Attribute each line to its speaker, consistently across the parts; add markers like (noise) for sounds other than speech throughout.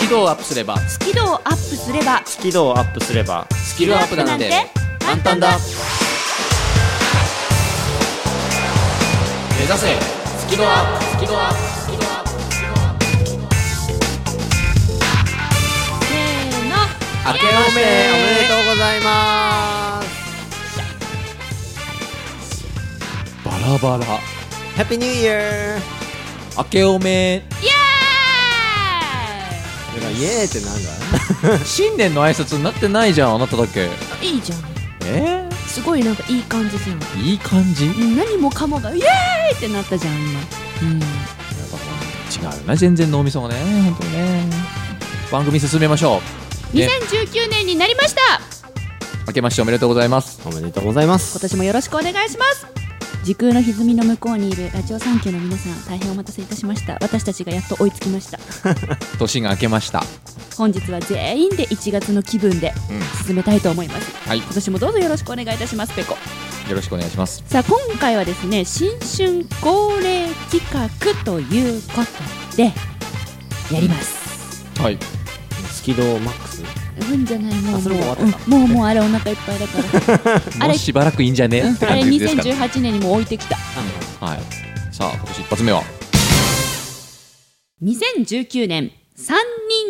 Speaker 1: キ度をアップすれば
Speaker 2: スキルをアップすれば
Speaker 3: スキルをアップすれば
Speaker 1: スキルアップなんて簡単だ目指せスキルアップスキルアップスキルアップ
Speaker 2: せー
Speaker 1: 明け
Speaker 2: の
Speaker 3: ま
Speaker 1: ま
Speaker 3: し
Speaker 1: してて
Speaker 3: おめで
Speaker 1: おめでと
Speaker 3: とうございます
Speaker 1: うバラバラ
Speaker 3: ハッピーニューイヤー
Speaker 1: 明けおめ
Speaker 2: イエ
Speaker 3: だからイエーってなんだ
Speaker 1: 新年の挨拶になってないじゃんあなただけ
Speaker 2: ーイいいじゃん
Speaker 1: え
Speaker 2: すごいなんかいい感じじゃん
Speaker 1: ー、いい感じやっ
Speaker 2: うん何もかもがイエーイってなったじゃん今うん
Speaker 1: ぱ違うな全然脳みそがね本当にね番組進めましょう、ね、
Speaker 2: 2019年になりました
Speaker 1: 明けましておめでとうございます
Speaker 3: おめでとうございます
Speaker 2: 今年もよろしくお願いします時空の歪みの向こうにいるラジオ産休の皆さん大変お待たせいたしました私たちがやっと追いつきました
Speaker 1: 年が明けました
Speaker 2: 本日は全員で1月の気分で
Speaker 1: うん
Speaker 2: 進めたいと思います
Speaker 1: はいよ
Speaker 2: 今年もどうぞよろしくお願いいたしますペコ
Speaker 1: ろしくお願いします
Speaker 2: さあ今回はですね新春恒例企画ということでやります
Speaker 1: はい
Speaker 3: スキドマックス
Speaker 2: うんじゃないも
Speaker 3: あ
Speaker 2: う
Speaker 3: それも
Speaker 2: も
Speaker 3: 終わって
Speaker 2: う,、うんもうもうあれお腹いっぱいだ (laughs) からあ
Speaker 1: も
Speaker 2: れ
Speaker 1: うしばらくいいんじゃねって
Speaker 2: あ
Speaker 1: 感
Speaker 2: れ
Speaker 1: じですかね
Speaker 2: 2018年にも置いてきた
Speaker 1: はいさあ今年一発目は
Speaker 2: 2019年3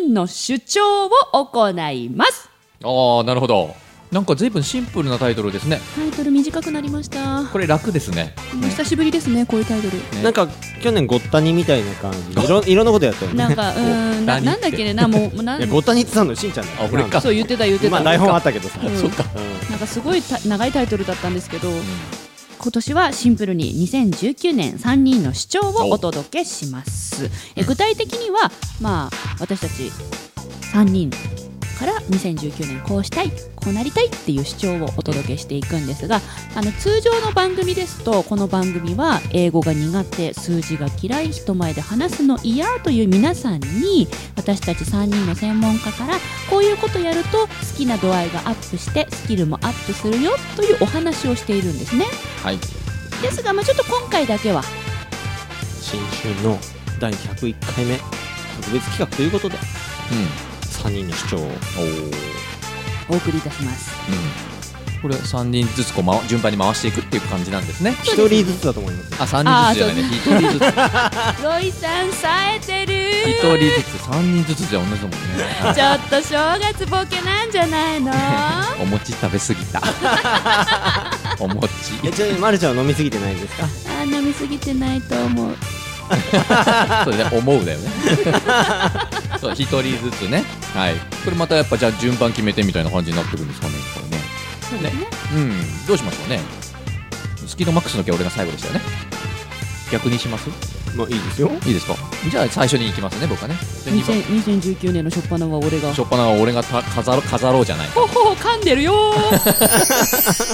Speaker 2: 人の主張を行います
Speaker 1: ああなるほどなんか随分シンプルなタイトルですね
Speaker 2: タイトル短くなりました
Speaker 1: これ楽ですね
Speaker 2: 久しぶりですねこういうタイトル
Speaker 1: ね
Speaker 3: なんか去年ごったにみたいな感 (laughs) じいろいろんなことやったよね
Speaker 2: なん (laughs) かうーんな
Speaker 1: 何言
Speaker 2: な
Speaker 1: っ
Speaker 2: ん
Speaker 1: て
Speaker 2: だっけねなもうもう (laughs) ない
Speaker 3: やごったにってたのしんちゃんだよ
Speaker 1: あ俺か
Speaker 2: そう言ってた言ってた、
Speaker 3: まあ台本あったけどさ
Speaker 2: うん
Speaker 1: そっか
Speaker 3: うん
Speaker 2: なんかすごいた長いタイトルだったんですけど、
Speaker 1: う
Speaker 2: 今年はシンプルに2019年3人の主張をお届けしますえ具体的にはまあ私たち3人から2019年こうしたいこうなりたいっていう主張をお届けしていくんですがあの通常の番組ですとこの番組は英語が苦手数字が嫌い人前で話すの嫌という皆さんに私たち3人の専門家からこういうことやると好きな度合いがアップしてスキルもアップするよというお話をしているんですね。
Speaker 1: はい
Speaker 2: ですが、まあ、ちょっと今回だけは
Speaker 3: 新春の第101回目特別企画ということで
Speaker 1: う
Speaker 3: 3人の主張を
Speaker 1: んおお
Speaker 2: お送りいたします
Speaker 1: これ3人ずつこう、ま、順番に回していくっていう感じなんですね
Speaker 3: 1人ずつだと思います
Speaker 1: あ三3人ずつじゃないね1人ずつ
Speaker 2: (laughs) ロイさん冴えてる
Speaker 1: 1人ずつ3人ずつじゃ同じだもんね
Speaker 2: ちょっと正月ボケなんじゃない (laughs) の
Speaker 1: お餅食べ過ぎたお餅
Speaker 3: えちなみにまるちゃんは飲みすぎてないですか
Speaker 2: あ飲みすぎてないと思う
Speaker 1: (laughs) そうね思うだよねそう1人ずつねはいこれまたやっぱじゃあ順番決めてみたいな感じになってくるんですかねこれね
Speaker 2: そうですね
Speaker 1: うんどうしましょうねスキードマックスの時は俺が最後でしたよね逆にします
Speaker 3: まあいいですよ
Speaker 1: いいですかじゃあ最初に行きますね僕はねで二番
Speaker 2: 2000 2019年の初っ端は俺が
Speaker 1: 初っ端は俺がた飾ろ飾ろうじゃない
Speaker 2: (laughs) ほほほ噛んでるよー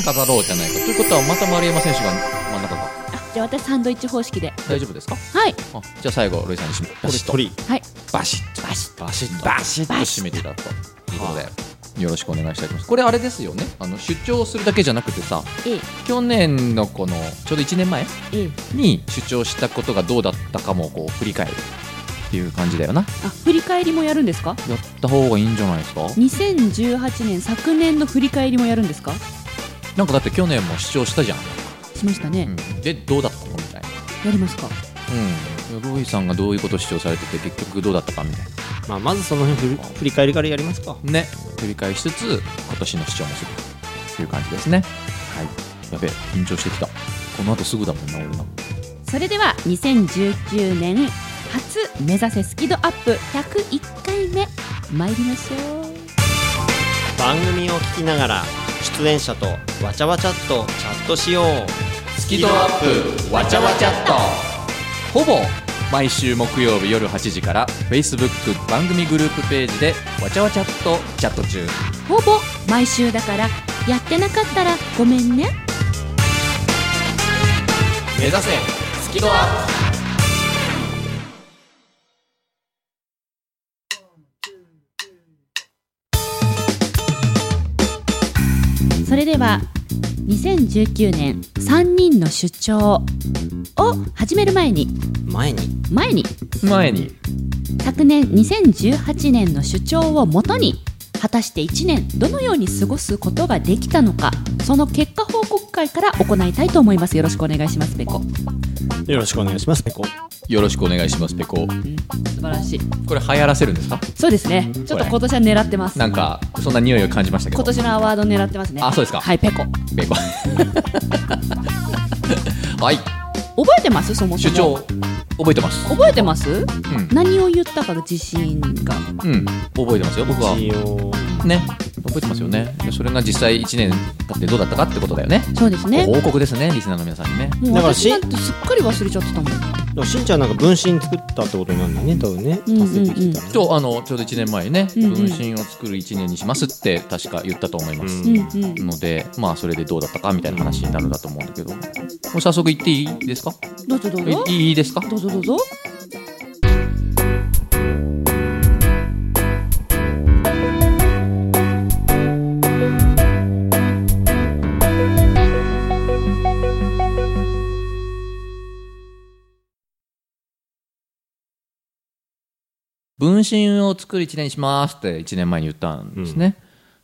Speaker 1: 飾ろうじゃないかということはまた丸山選手が真ん中か
Speaker 2: (laughs) じゃあ私サンドイッチ方式で
Speaker 1: 大丈夫ですか
Speaker 2: (laughs) はい
Speaker 1: あじゃあ最後ロイさんに締めバシッと
Speaker 3: 鳥
Speaker 2: はい
Speaker 1: バシッとバシッとバシッと
Speaker 3: バシッと
Speaker 1: 締めていただくということでよろしくお願いしたいと思いますこれあれですよねあの出張するだけじゃなくてさ
Speaker 2: A
Speaker 1: 去年のこのちょうど1年前
Speaker 2: A
Speaker 1: に出張したことがどうだったかもこう振り返るっていう感じだよな
Speaker 2: あ振り返りもやるんですか
Speaker 1: やった方がいいんじゃないですか
Speaker 2: 2018年昨年の振り返りもやるんですか
Speaker 1: なんかだって去年も出張したじゃん、
Speaker 2: しました
Speaker 1: う
Speaker 2: ね、
Speaker 1: ん、でどうだったのみたいな
Speaker 2: やりますか
Speaker 1: うん、ロイさんがどういうことを主張されてて結局どうだったかみたい
Speaker 3: まあまずその辺振り振り返りからやりますか
Speaker 1: なね繰り返しつつ今年の主張もするという感じですねはいやべえ緊張してきたこの後すぐだもんな俺な
Speaker 2: それでは2019年初目指せスキドアップ101回目参りましょう
Speaker 3: 番組を聞きながら出演者とわちゃわちゃっとチャットしよう
Speaker 1: スキドアップわちゃわちゃっとほぼ毎週木曜日夜8時から Facebook 番組グループページでわちゃわちゃっとチャット中
Speaker 2: ほぼ毎週だからやってなかったらごめんね
Speaker 1: 目指せスキドアップ
Speaker 2: それでは2019年3人の主張を始める前に
Speaker 3: 前に
Speaker 2: 前に
Speaker 1: 前に
Speaker 2: 昨年2018年の主張をもとに果たして1年どのように過ごすことができたのかその結果報告会から行いたいと思いますよろしくお願いしますべこ、
Speaker 3: よろしくお願いしますペコ
Speaker 1: よろしくお願いしますペコ
Speaker 2: うん、素晴らしい
Speaker 1: これ流行らせるんですか
Speaker 2: そうですねちょっと今年は狙ってます
Speaker 1: なんかそんな匂いを感じましたけど
Speaker 2: 今年のアワード狙ってますね
Speaker 1: あそうですか
Speaker 2: はいペコ
Speaker 1: ペコ (laughs) はい
Speaker 2: 覚えてますそもそ
Speaker 1: 主
Speaker 2: も
Speaker 1: 張覚えてます
Speaker 2: 覚えてます
Speaker 1: うん
Speaker 2: 何を言ったか自信が
Speaker 1: うん、覚えてますよ僕は
Speaker 3: 一応
Speaker 1: ね覚えてますよねでそれが実際1年経ってどうだったかってことだよね
Speaker 2: そうですね
Speaker 1: ご報告ですねリスナーの皆さんにね
Speaker 2: もう
Speaker 3: だから
Speaker 2: 私
Speaker 3: し
Speaker 2: なんてすっかり忘れちゃってたもん
Speaker 3: だからしんちゃんなんか分身作ったってことになるんだよね多分ね
Speaker 2: うんうんうん
Speaker 3: 達成できてたらね
Speaker 1: 今日あのちょうど1年前にね
Speaker 2: うんうん
Speaker 1: 分身を作る1年にしますって確か言ったと思います、
Speaker 2: うん
Speaker 3: う
Speaker 2: うん
Speaker 1: のでまあそれでどうだったかみたいな話になるんだと思うんだけどもう早速言っていいですか
Speaker 2: どうぞどうぞ
Speaker 1: いいいですか
Speaker 2: どうぞどうぞ
Speaker 1: 分身を作る1年にしますって1年前に言ったんですね、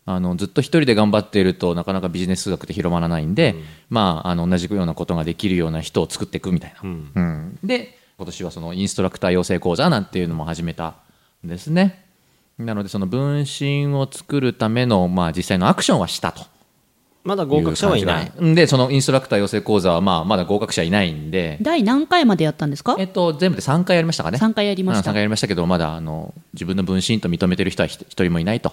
Speaker 1: あのずっと一人で頑張っているとなかなかビジネス数学って広まらないんで、まあ、あの同じようなことができるような人を作っていくみたいな、
Speaker 3: うん
Speaker 1: うんで今年はそのインストラクター養成講座なんていうのも始めたんですねなのでその分身を作るための、まあ、実際のアクションはしたと
Speaker 3: まだ
Speaker 1: う
Speaker 3: 合格者はいない
Speaker 1: 感じなんでそのインストラクター養成講座は、まあ、まだ合格者いないんで、
Speaker 2: 第何回までやったんですか
Speaker 1: えっと、全部で3回やりましたかね
Speaker 2: 3回やりまし
Speaker 1: うん
Speaker 2: た
Speaker 1: 3回やりましたけどまだあの自分の分身と認めてる人はひ一人もいないと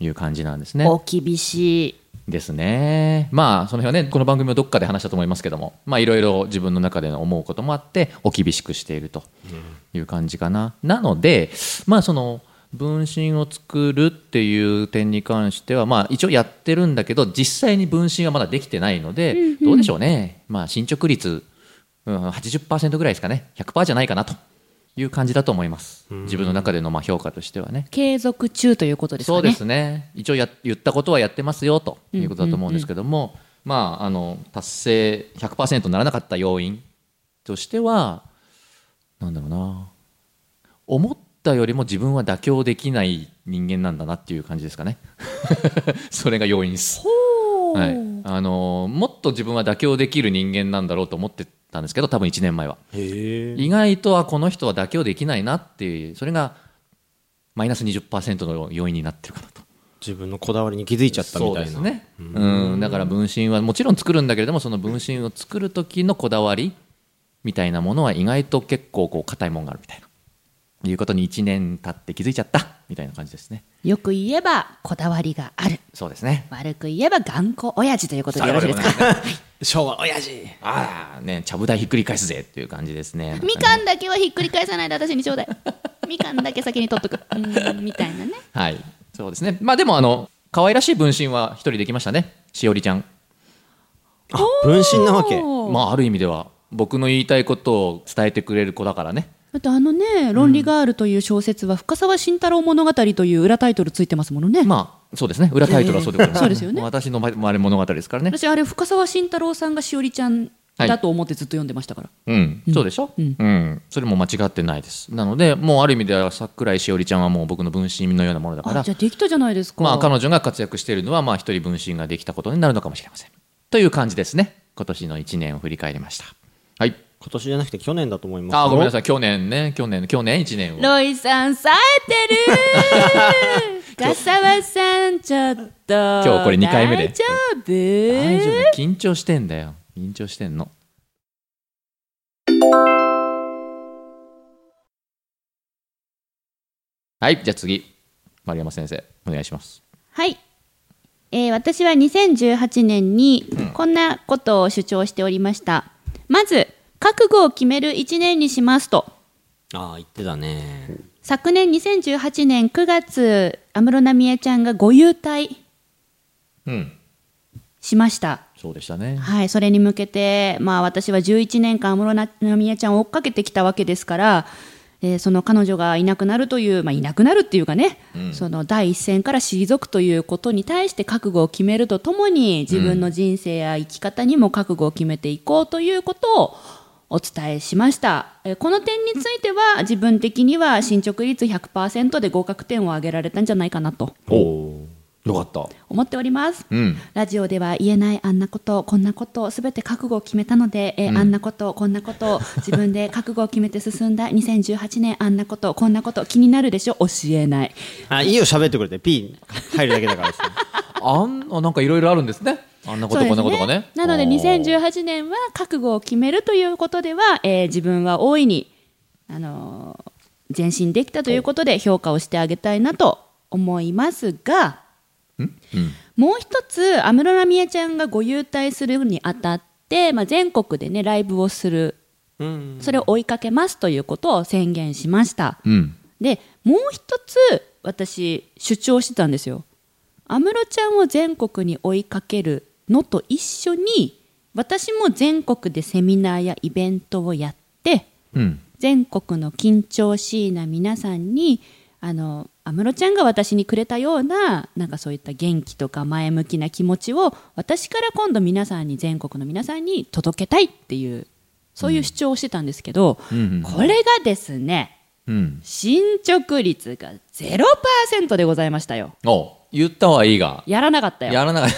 Speaker 1: いう感じなんですね。
Speaker 2: お厳しい
Speaker 1: ですね。まあその辺はねこの番組もどっかで話したと思いますけどもまあいろいろ自分の中での思うこともあってお厳しくしているという感じかな。なのでまあその分身を作るっていう点に関してはまあ一応やってるんだけど実際に分身はまだできてないので、どうでしょうね。まあ進捗率、うん、80%ぐらいですかね100%じゃないかなという感じだと思います。自分の中でのまあ評価としてはね。
Speaker 2: 継続中ということですかね
Speaker 1: そうですね一応や言ったことはやってますよということだと思うんですけども、まああの達成100%ならなかった要因としてはなんだろうな思ったよりも自分は妥協できない人間なんだなっていう感じですかね (laughs) それが要因です、
Speaker 2: ほう
Speaker 1: はい、あのもっと自分は妥協できる人間なんだろうと思ってたんですけど多分1年前は
Speaker 3: へえ
Speaker 1: 意外とはこの人は妥協できないなっていうそれがマイナス20%の要因になってるかなと
Speaker 3: 自分のこだわりに気づいちゃったみたいな
Speaker 1: そうですね、うん、だから分身はもちろん作るんだけれどもその分身を作る時のこだわりみたいなものは意外と結構こう硬いもんがあるみたいないうことに1年経って気づいちゃったみたいな感じですね
Speaker 2: よく言えばこだわりがある
Speaker 1: そうですね
Speaker 2: 悪く言えば頑固親父ということでよろしいですか
Speaker 1: か
Speaker 3: 昭和親父
Speaker 1: ああねちゃぶ台ひっくり返すぜっていう感じですね
Speaker 2: みかんだけはひっくり返さないで私にちょ
Speaker 1: (laughs)
Speaker 2: うだいみかんだけ先に取っとくうーんみたいなね
Speaker 1: はいそうですねまあでもあの可愛らしい分身は一人できましたねしおりちゃん
Speaker 3: あ分身なわけ
Speaker 2: おー
Speaker 1: まあある意味では僕の言いたいことを伝えてくれる子だからね
Speaker 2: だってあのね「論理ガール」という小説は深沢慎太郎物語という裏タイトルついてますものね、
Speaker 1: まあそうですね裏タイトルはそうでございます、
Speaker 2: えーそうですよね
Speaker 1: 私の生まれ物語ですからね
Speaker 2: 私あれ深沢慎太郎さんがしおりちゃんだと思ってずっと読んでましたから、
Speaker 1: うん、そうでしょ、
Speaker 2: う
Speaker 1: うんんそれも間違ってないですなのでもうある意味では桜井しおりちゃんはもう僕の分身のようなものだか
Speaker 2: あ
Speaker 1: ら
Speaker 2: じゃあできたじゃないですか、
Speaker 1: まあ、彼女が活躍しているのはまあ一人分身ができたことになるのかもしれませんという感じですね今年の1年を振り返りましたはい
Speaker 3: 今年じゃなくて去年だと思います
Speaker 1: あーごめんなさ
Speaker 3: い
Speaker 1: い去年ね去年去年1年を
Speaker 2: ロイさん冴
Speaker 1: (laughs)
Speaker 2: えてる深沢さんちょっと
Speaker 1: 今日これ二回目で
Speaker 2: 大丈夫
Speaker 1: 大丈夫緊張してんだよ緊張してんのはいじゃあ次丸山先生お願いします
Speaker 2: はい、えー私は2018年にこんなことを主張しておりました、まず覚悟を決める1年にしますと
Speaker 3: ああ言ってたね
Speaker 2: 昨年2018年9月安室奈美恵ちゃんがご勇退
Speaker 1: うん
Speaker 2: しました
Speaker 1: そうでしたね
Speaker 2: はい、それに向けて、まあ、私は11年間安室奈美恵ちゃんを追っかけてきたわけですから、えーその彼女がいなくなるという、まあ、いなくなるっていうかね、その第一線から退くということに対して覚悟を決めるとともに自分の人生や生き方にも覚悟を決めていこうということをお伝えしました。えーこの点については、自分的には進捗率100%で合格点を上げられたんじゃないかなと
Speaker 1: およかった
Speaker 2: 思っております。
Speaker 1: うん
Speaker 2: ラジオでは言えないあんなことこんなことすべて覚悟を決めたので、えーあんなことこんなことを自分で覚悟を決めて進んだ2018年あ (laughs) んなことこんなこと気になるでしょ教えない
Speaker 3: あいいよ喋ってくれて P 入るだけだからですね
Speaker 1: (laughs) あんあなんかいろいろあるんですねあんなこと、
Speaker 2: そう
Speaker 1: こ
Speaker 2: で
Speaker 1: んな
Speaker 2: す
Speaker 1: ことがね
Speaker 2: なので
Speaker 1: おー
Speaker 2: 2018年は覚悟を決めるということでは、えー自分は大いに、あのー前進できたということで評価をしてあげたいなと思いますが
Speaker 1: うん
Speaker 2: もう一つ安室奈美恵ちゃんがご優待するにあたって、まあ、全国でねライブをする
Speaker 3: うん
Speaker 2: それを追いかけますということを宣言しました。
Speaker 1: うん
Speaker 2: で、もう一つ私主張してたんですよ。安室ちゃんを全国に追いかけるのと一緒に私も全国でセミナーやイベントをやって
Speaker 1: うん
Speaker 2: 全国の緊張しいな皆さんにあの安室ちゃんが私にくれたようななんかそういった元気とか前向きな気持ちを私から今度皆さんに全国の皆さんに届けたいっていうそういう主張をしてたんですけど、
Speaker 1: うんうん
Speaker 2: これがですね
Speaker 1: うん
Speaker 2: 進捗率が0%でございましたよ
Speaker 1: お言ったはいいが
Speaker 2: やらなかったよ
Speaker 1: やらなかっ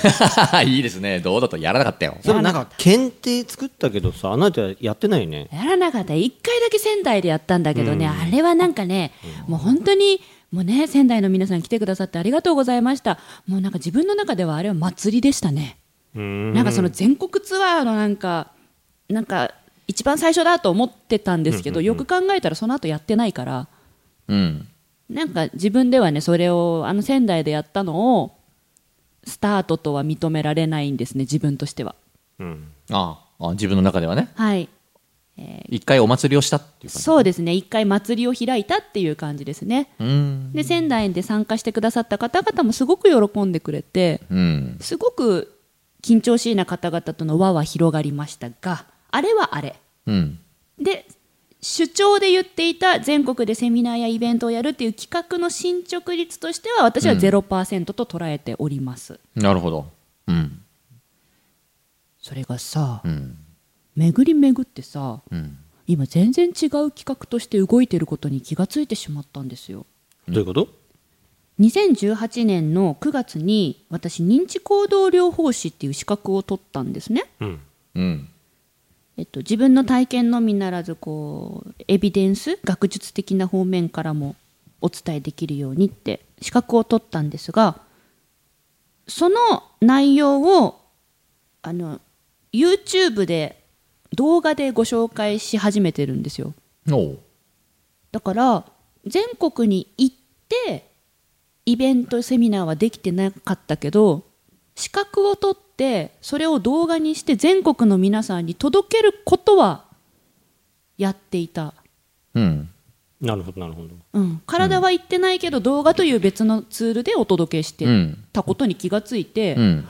Speaker 1: た (laughs) いいですね堂々とやらなかったよ
Speaker 3: でもなんか検定作ったけどさあなたやってないよね
Speaker 2: やらなかった一回だけ仙台でやったんだけどね、あれはなんかね、もう本当にもうね仙台の皆さん来てくださってありがとうございましたもうなんか自分の中ではあれは祭りでしたね、
Speaker 3: うん
Speaker 2: なんかその全国ツアーのなんかなんか一番最初だと思ってたんですけど、よく考えたらその後やってないから
Speaker 1: うん
Speaker 2: なんか自分ではねそれをあの仙台でやったのをスタートとは認められないんですね自分としては
Speaker 3: うん
Speaker 1: ああ自分の中ではね
Speaker 2: はい
Speaker 1: 一回お祭りをしたっていう感じ
Speaker 2: そうですね一回祭りを開いたっていう感じですね
Speaker 1: うん
Speaker 2: で仙台で参加してくださった方々もすごく喜んでくれて
Speaker 1: うん
Speaker 2: すごく緊張しいな方々との輪は広がりましたがあれはあれ
Speaker 1: うん
Speaker 2: で主張で言っていた全国でセミナーやイベントをやるっていう企画の進捗率としては私は0%と捉えております、
Speaker 1: なるほどうん
Speaker 2: それがさ
Speaker 1: うん
Speaker 2: 巡り巡ってさ
Speaker 1: うん
Speaker 2: 今全然違う企画として動いてることに気がついてしまったんですよ
Speaker 3: どういうこと
Speaker 2: 2018年の9月に私認知行動療法士っていう資格を取ったんですね、
Speaker 3: うん
Speaker 1: うん
Speaker 2: えっと、自分の体験のみならずこうエビデンス学術的な方面からもお伝えできるようにって資格を取ったんですがその内容をあの YouTube で動画でご紹介し始めてるんですよ
Speaker 1: おう
Speaker 2: だから全国に行ってイベントセミナーはできてなかったけど資格を取ってそれを動画にして全国の皆さんに届けることはやっていた、
Speaker 1: うん
Speaker 3: なるほどなるほど
Speaker 2: うん、体は行ってないけど動画という別のツールでお届けし
Speaker 1: う
Speaker 2: て
Speaker 1: ん
Speaker 2: たことに気がついて、
Speaker 1: うん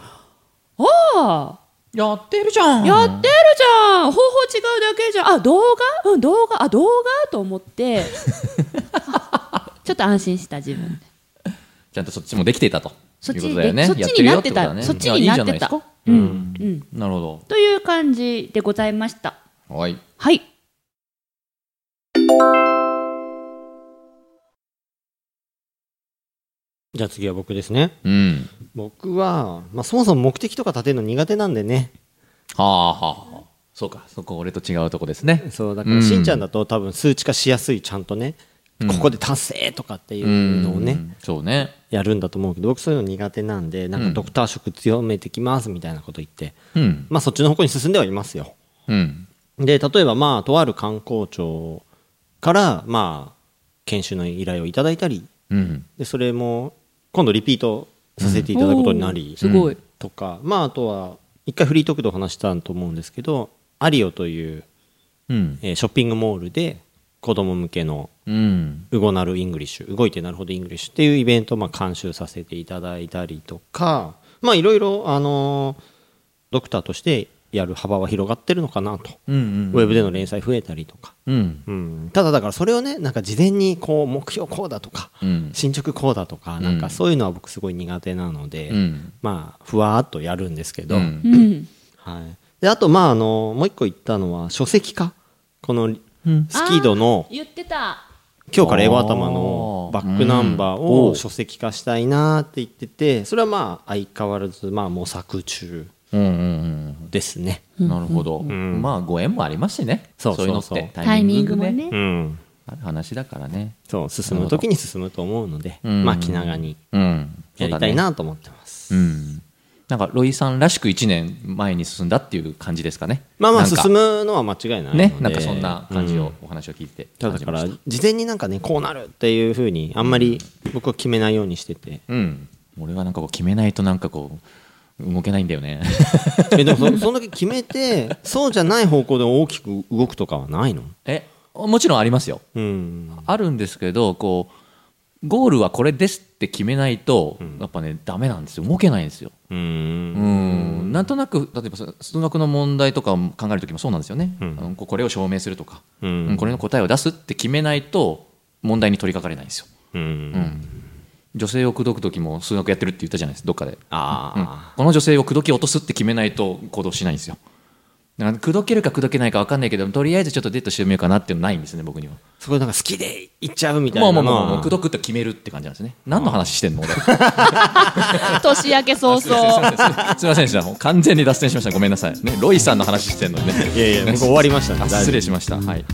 Speaker 2: あ
Speaker 1: やってるじゃ
Speaker 2: あ
Speaker 1: ん
Speaker 2: やってるじゃん、方法違うだけじゃんあ動画うん動画あ動画と思って
Speaker 1: (laughs)
Speaker 2: ちょっと安心した自分で。
Speaker 1: ちゃんとそっちもできていたと
Speaker 2: そっち
Speaker 1: いうことだよね
Speaker 2: でそっち
Speaker 1: やてるよ
Speaker 2: になってた
Speaker 1: ことだね
Speaker 2: そっちにな
Speaker 1: いやいい
Speaker 2: ってた
Speaker 1: じゃないですか
Speaker 2: うんうん、
Speaker 1: なるほ
Speaker 2: という感じでございました。
Speaker 1: どはい
Speaker 2: はい。
Speaker 3: じゃあ次は僕ですね
Speaker 1: うん
Speaker 3: 僕は、まあ、そもそも目的とか立てるの苦手なんでね
Speaker 1: はあはあはあそうかそこ俺と違うとこですね
Speaker 3: そうだから
Speaker 1: うん
Speaker 3: しんちゃんだと多分数値化しやすいちゃんとね、
Speaker 1: うん
Speaker 3: ここで達成とかっていううのを
Speaker 1: ん
Speaker 3: ね、
Speaker 1: そうね
Speaker 3: やるんだと思うけど僕そういうの苦手なんでなん
Speaker 1: う
Speaker 3: か
Speaker 1: ん
Speaker 3: ドクター色強めてきますみたいなこと言って、
Speaker 1: うん
Speaker 3: まあそっちの方向に進んではいますよ
Speaker 1: うん
Speaker 3: で例えばまあとある観光庁からまあ研修の依頼をいただいたり
Speaker 1: うん
Speaker 3: でそれも今度リピートさせていただくことにな
Speaker 2: お
Speaker 3: り
Speaker 2: ーすごい
Speaker 3: とか、まああとは一回フリートークでお話したと思うんですけどアリオという、
Speaker 1: うん
Speaker 3: えーショッピングモールで子供向けの
Speaker 1: うん
Speaker 3: 動なるイングリッシュ動いてなるほどイングリッシュっていうイベントをまあ監修させていただいたりとかまあいろいろあのドクターとしてやる幅は広がってるのかなと、
Speaker 1: うんう
Speaker 3: ウ
Speaker 1: ん
Speaker 3: ェブでの連載増えたりとか、
Speaker 1: うん
Speaker 3: うん、ただだからそれをねなんか事前にこう目標こうだとか、
Speaker 1: うん
Speaker 3: 進捗こうだとかなんかそういうのは僕すごい苦手なので、
Speaker 1: うん
Speaker 3: まあふわーっとやるんですけど、
Speaker 1: うん
Speaker 2: うん。
Speaker 3: はい、であとまああのもう一個言ったのは書籍化この
Speaker 1: ん
Speaker 3: スキードの
Speaker 2: 言ってた
Speaker 3: 今日からエゴ頭のバックナンバー
Speaker 1: あーう
Speaker 3: を
Speaker 1: ん
Speaker 3: 書籍化したいなって言っててそれはまあ相変わらずまあ模索中
Speaker 1: うんうんうん
Speaker 3: ですね
Speaker 1: うんなるほど、
Speaker 3: ん
Speaker 1: まあご縁もありますしね
Speaker 3: そうそうそう
Speaker 1: そういうのって
Speaker 2: タイミングもね
Speaker 3: うん
Speaker 1: ある話だからね
Speaker 3: そう進む時に進むと思うので
Speaker 1: うん
Speaker 3: まあ気長に
Speaker 1: うん
Speaker 3: やりたい
Speaker 1: そうだね
Speaker 3: なと思ってます、
Speaker 1: うんなんかロイさんらしく1年前に進んだっていう感じですかね
Speaker 3: まあまあ
Speaker 1: なんか
Speaker 3: 進むのは間違いないので
Speaker 1: ねなんかそんな感じ
Speaker 3: うん
Speaker 1: をお話を聞いて
Speaker 3: た
Speaker 1: 感
Speaker 3: だ
Speaker 1: じ
Speaker 3: か
Speaker 1: ま
Speaker 3: ら
Speaker 1: した
Speaker 3: 事前になんかねこうなるっていうふうにあんまり僕は決めないようにしてて
Speaker 1: うん俺はなんかこう決めないとなんかこう動けないんだよね (laughs)
Speaker 3: えでもそそ (laughs) んだけ決めてそうじゃない方向で大きく動くとかはないの
Speaker 1: えもちろんありますよ
Speaker 3: うん
Speaker 1: あるんですけどこうゴールはこれですって決めないと、やっぱねダメなんですよ動けないんですよ
Speaker 3: う
Speaker 1: うんんなんとなく例えばそ数学の問題とかも考える時もそうなんですよね、
Speaker 3: うん
Speaker 1: あのここれを証明するとか、
Speaker 3: う
Speaker 1: うん
Speaker 3: ん
Speaker 1: これの答えを出すって決めないと問題に取り掛かれないんですよ
Speaker 3: うん
Speaker 1: 女性を口説く時も数学やってるって言ったじゃないですかどっかでうん
Speaker 3: あ
Speaker 1: この女性を口説き落とすって決めないと行動しないんですよだから口説けるか口説けないか分かんないけどとりあえずちょっとデートしてみようかなっていうのないんですね僕には
Speaker 3: あそこなんか好きで行っちゃうみたい
Speaker 1: ま
Speaker 3: な
Speaker 1: あまあまあまあ、
Speaker 3: あ
Speaker 1: 口説くって決めるって感じなんですね。何の話してんの俺すい
Speaker 2: (laughs) 年明け早々
Speaker 1: ませんでした。もう完全に脱線しました。ごめんなさい。ね、ロイさんの話してんのにね。
Speaker 3: いやいや僕終わりましたね
Speaker 1: あ
Speaker 3: だいぶ
Speaker 1: (laughs) 失礼しました。はい。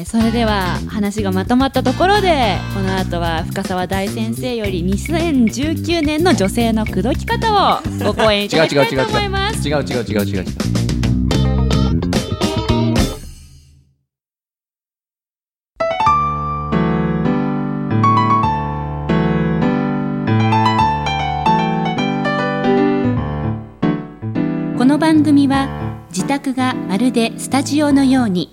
Speaker 2: えそれでは話がまとまったところでこの後は深沢大先生より2019年の女性の口説き方をご講演いた
Speaker 1: 違う
Speaker 2: だ
Speaker 1: 違
Speaker 2: き
Speaker 1: う違
Speaker 2: たいと
Speaker 1: う
Speaker 2: 思います
Speaker 1: 違う。違う違う違う違う違う。
Speaker 2: この番組は自宅がまるでスタジオのように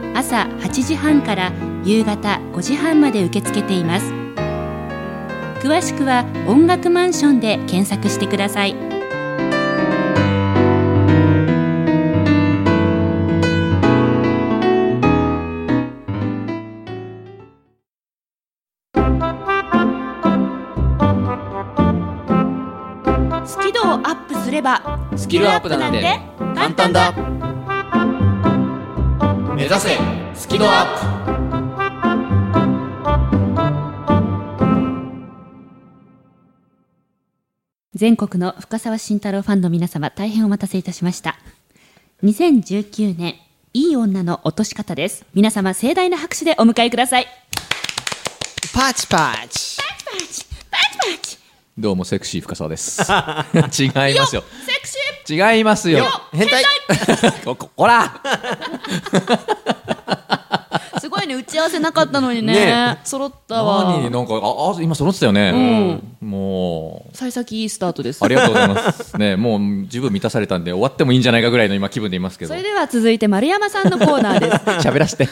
Speaker 2: 朝8時半から夕方5時半まで受け付けています詳しくは「音楽マンション」で検索してくださいスキルをアップすればス
Speaker 1: キルアップなんて簡単だ目指せスキドアッ
Speaker 2: 全国の深沢慎太郎ファンの皆様大変お待たせいたしました2019年いい女の落とし方です皆様盛大な拍手でお迎えください
Speaker 3: パチパ
Speaker 2: パチパ
Speaker 3: チ
Speaker 2: チパチ
Speaker 1: プ。どうもセクシー深沢
Speaker 3: (laughs)
Speaker 1: です。違いますよ。
Speaker 2: セクシ
Speaker 1: 違いますよ。
Speaker 3: 変態
Speaker 1: こ (laughs) ここら。
Speaker 2: ーすごいね打ち合わせなかったのにね
Speaker 1: ね
Speaker 2: 揃ったわ
Speaker 1: 何なんかああ今揃ってたよね。もう
Speaker 2: 幸先いいスタートです
Speaker 1: ありがとうございます。
Speaker 2: (laughs)
Speaker 1: ね、もう十分満たされたんで、終わってもいいんじゃないかぐらいの今気分でいますけど
Speaker 2: それ。では続いて丸山さんのコーナ
Speaker 1: (laughs)
Speaker 2: ーです
Speaker 1: 喋らせて。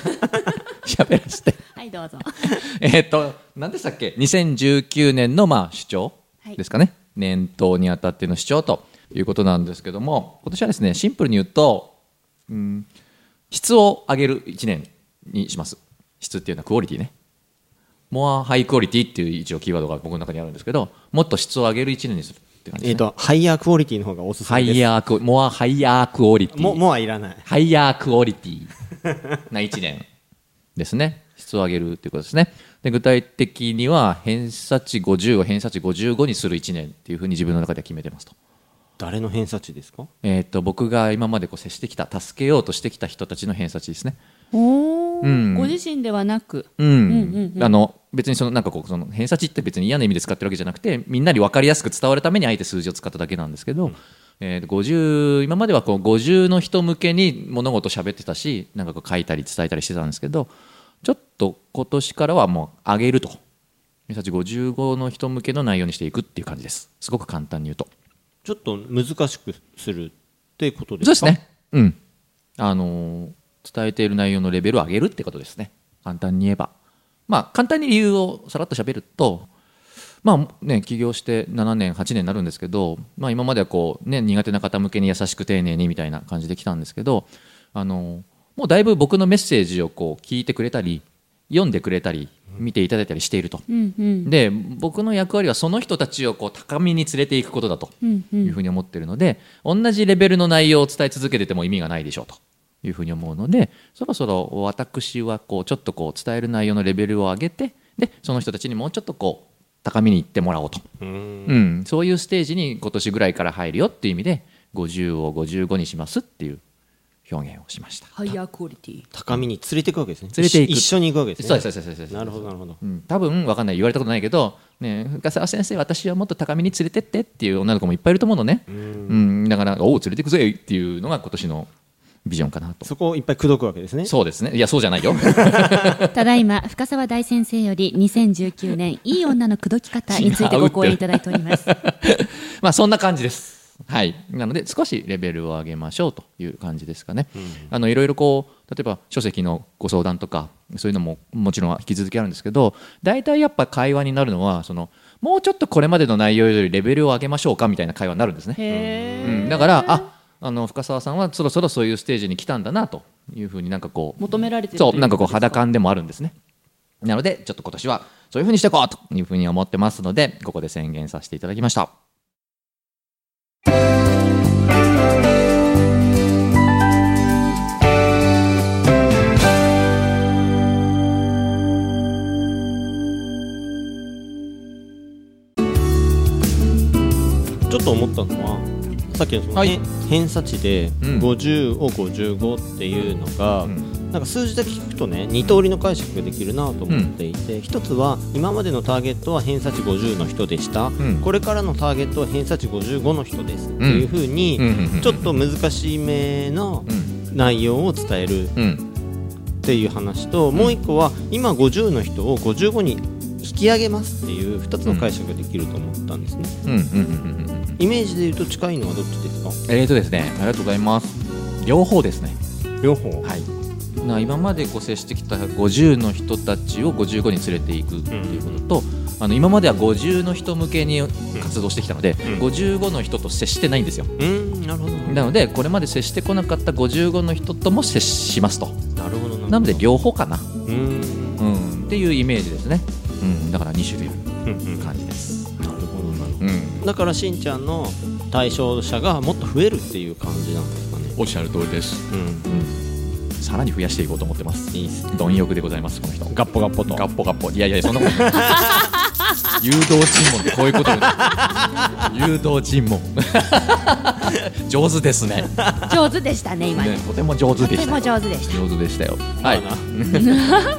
Speaker 1: 喋らせて。
Speaker 2: はいどうぞ
Speaker 1: (laughs) えーっと、何でしたっけ ?2019 年の、まあ、主張
Speaker 2: はい
Speaker 1: ですかね。年頭にあたっての主張ということなんですけども、今年はですね、シンプルに言うと、うん、質を上げる1年にします。質っていうのはクオリティね。more high quality っていう一応キーワードが僕の中にあるんですけど、もっと質を上げる1年にするって感じで
Speaker 3: えっ
Speaker 1: す、ね。
Speaker 3: とハイヤークオリティの方がおすす
Speaker 1: ハ
Speaker 3: め
Speaker 1: イ
Speaker 3: です
Speaker 1: ヤーク、モアハイヤークオリティ。
Speaker 3: ももうはいらない
Speaker 1: ハイヤークオリティ (laughs) な1年ですね。質を上げるということですね。で具体的には偏差値50を偏差値55にする1年っていうふうに自分の中では決めてますと。
Speaker 3: 誰の偏差値ですか
Speaker 1: えっ、と、僕が今までこう接してきた、助けようとしてきた人たちの偏差値ですね。
Speaker 2: おー
Speaker 1: うん
Speaker 2: ご自身ではなく
Speaker 1: うん。
Speaker 2: うんうん
Speaker 1: あの、別にその、なんかこう、その偏差値って別に嫌な意味で使ってるわけじゃなくて、みんなに分かりやすく伝わるためにあえて数字を使っただけなんですけど、えーと50今まではこう50の人向けに物事を喋ってたしなんかこう書いたり伝えたりしてたんですけどちょっと今年からはもう上げると偏差値55の人向けの内容にしていくっていう感じですすごく簡単に言うと
Speaker 3: ちょっと難しくするってことです
Speaker 1: そう
Speaker 3: か
Speaker 1: ですね。うん。あのー伝えている内容のレベルを上げるってことですね簡単に言えばまあ簡単に理由をさらっと喋るとまあね起業して7年8年になるんですけど、まあ、今まではこうね苦手な方向けに優しく丁寧にみたいな感じで来たんですけどあのもうだいぶ僕のメッセージをこう聞いてくれたり読んでくれたり見ていただいたりしていると
Speaker 2: うんうん
Speaker 1: で僕の役割はその人たちをこう高みに連れていくことだと
Speaker 2: うんう
Speaker 1: いうんふうに思ってるので、同じレベルの内容を伝え続けてても意味がないでしょうというふうに思うのでそろそろ私はこうちょっとこう伝える内容のレベルを上げてでその人たちにもうちょっとこう高みに行ってもらおうと、
Speaker 3: うん
Speaker 1: うん、そういうステージに今年ぐらいから入るよっていう意味で50を55にしますっていう表現をしました。
Speaker 2: ハイヤークオリティ
Speaker 3: 高みに連れていくわけですね
Speaker 1: 連れていく
Speaker 3: 一緒一緒に行くわけですね
Speaker 1: そうですそうですそうです
Speaker 3: なるほどなるほど
Speaker 1: うん、多分わかんない言われたことないけど、ねえ、深澤先生私はもっと高みに連れてってっていう女の子もいっぱいいると思うのね、うん、だからおお連れてくぜっていうのが今年のビジョンかなと
Speaker 3: そこをいっぱい口説くわけですね
Speaker 1: そうですねいやそうじゃ (laughs) ないよ
Speaker 2: ただいま深沢大先生より2019年いい女の口説き方につ
Speaker 1: (laughs)
Speaker 2: いてご講演いただいております
Speaker 1: まあそんな感じですはいなので少しレベルを上げましょうという感じですかね、あのいろいろこう例えば書籍のご相談とかそういうのももちろん引き続きあるんですけど大体やっぱ会話になるのはそのもうちょっとこれまでの内容よりレベルを上げましょうかみたいな会話になるんですね
Speaker 2: (laughs) へ
Speaker 1: うん、だからああの深澤さんはそろそろそういうステージに来たんだなというふうになんかこう
Speaker 2: 求められてる
Speaker 1: そ
Speaker 2: と
Speaker 1: う
Speaker 2: いう
Speaker 1: なんかこう
Speaker 2: とです
Speaker 1: 肌感でもあるんですねなのでちょっと今年はそういうふうにしていこうというふうに思ってますのでここで宣言させていただきました
Speaker 3: ちょっと思ったのはさっきのその、
Speaker 1: はい
Speaker 3: へん偏差値で
Speaker 1: うん
Speaker 3: 50を55っていうのが、なんか数字だけ聞くとね2通りの解釈ができるなと思っていて、一つは今までのターゲットは偏差値50の人でした、
Speaker 1: ん
Speaker 3: これからのターゲットは偏差値55の人ですっていうふうに、
Speaker 1: うんうんうんうん
Speaker 3: ちょっと難しめの
Speaker 1: うん
Speaker 3: 内容を伝えるっ
Speaker 1: うん
Speaker 3: ていう話と、もう一個は今50の人を55に引き上げますっていう2つの解釈ができると思ったんですね、
Speaker 1: うんうんうんうんうんうん
Speaker 3: イメージで言うと近いのはどっちですか
Speaker 1: えーとですねありがとうございます両方ですね
Speaker 3: 両方
Speaker 1: はいな今までこう接してきた50の人たちを55に連れていくっていうことと、あの今までは50の人向けに活動してきたので、
Speaker 3: ん
Speaker 1: 55の人と接してないんですよ
Speaker 3: うんなるほど
Speaker 1: なのでこれまで接してこなかった55の人とも接しますと
Speaker 3: なるほど
Speaker 1: なので両方かな、
Speaker 3: うん
Speaker 1: うん、っていうイメージですね、うん、だから2種類
Speaker 3: うんうんな
Speaker 1: 感じです、
Speaker 3: るほどなるほ
Speaker 1: うん、
Speaker 3: どだからしんちゃんの対象者がもっと増えるっていう感じなんですかね
Speaker 1: おっしゃる通りです、
Speaker 3: うん
Speaker 1: うん、さらに増やしていこうと思ってます
Speaker 3: いいっすね
Speaker 1: 貪欲でございますこの人
Speaker 3: ガッポガッポと
Speaker 1: ガッポガッポいやいやそんなこと (laughs) ない誘導尋問ってこういうこと (laughs) よね誘導尋問上手ですね
Speaker 2: 上手でしたね今ね
Speaker 1: ねとても上手
Speaker 2: と
Speaker 1: で
Speaker 2: て
Speaker 1: し
Speaker 2: も
Speaker 1: たよ
Speaker 2: 上手でした
Speaker 1: 上手でしたよは
Speaker 3: はいい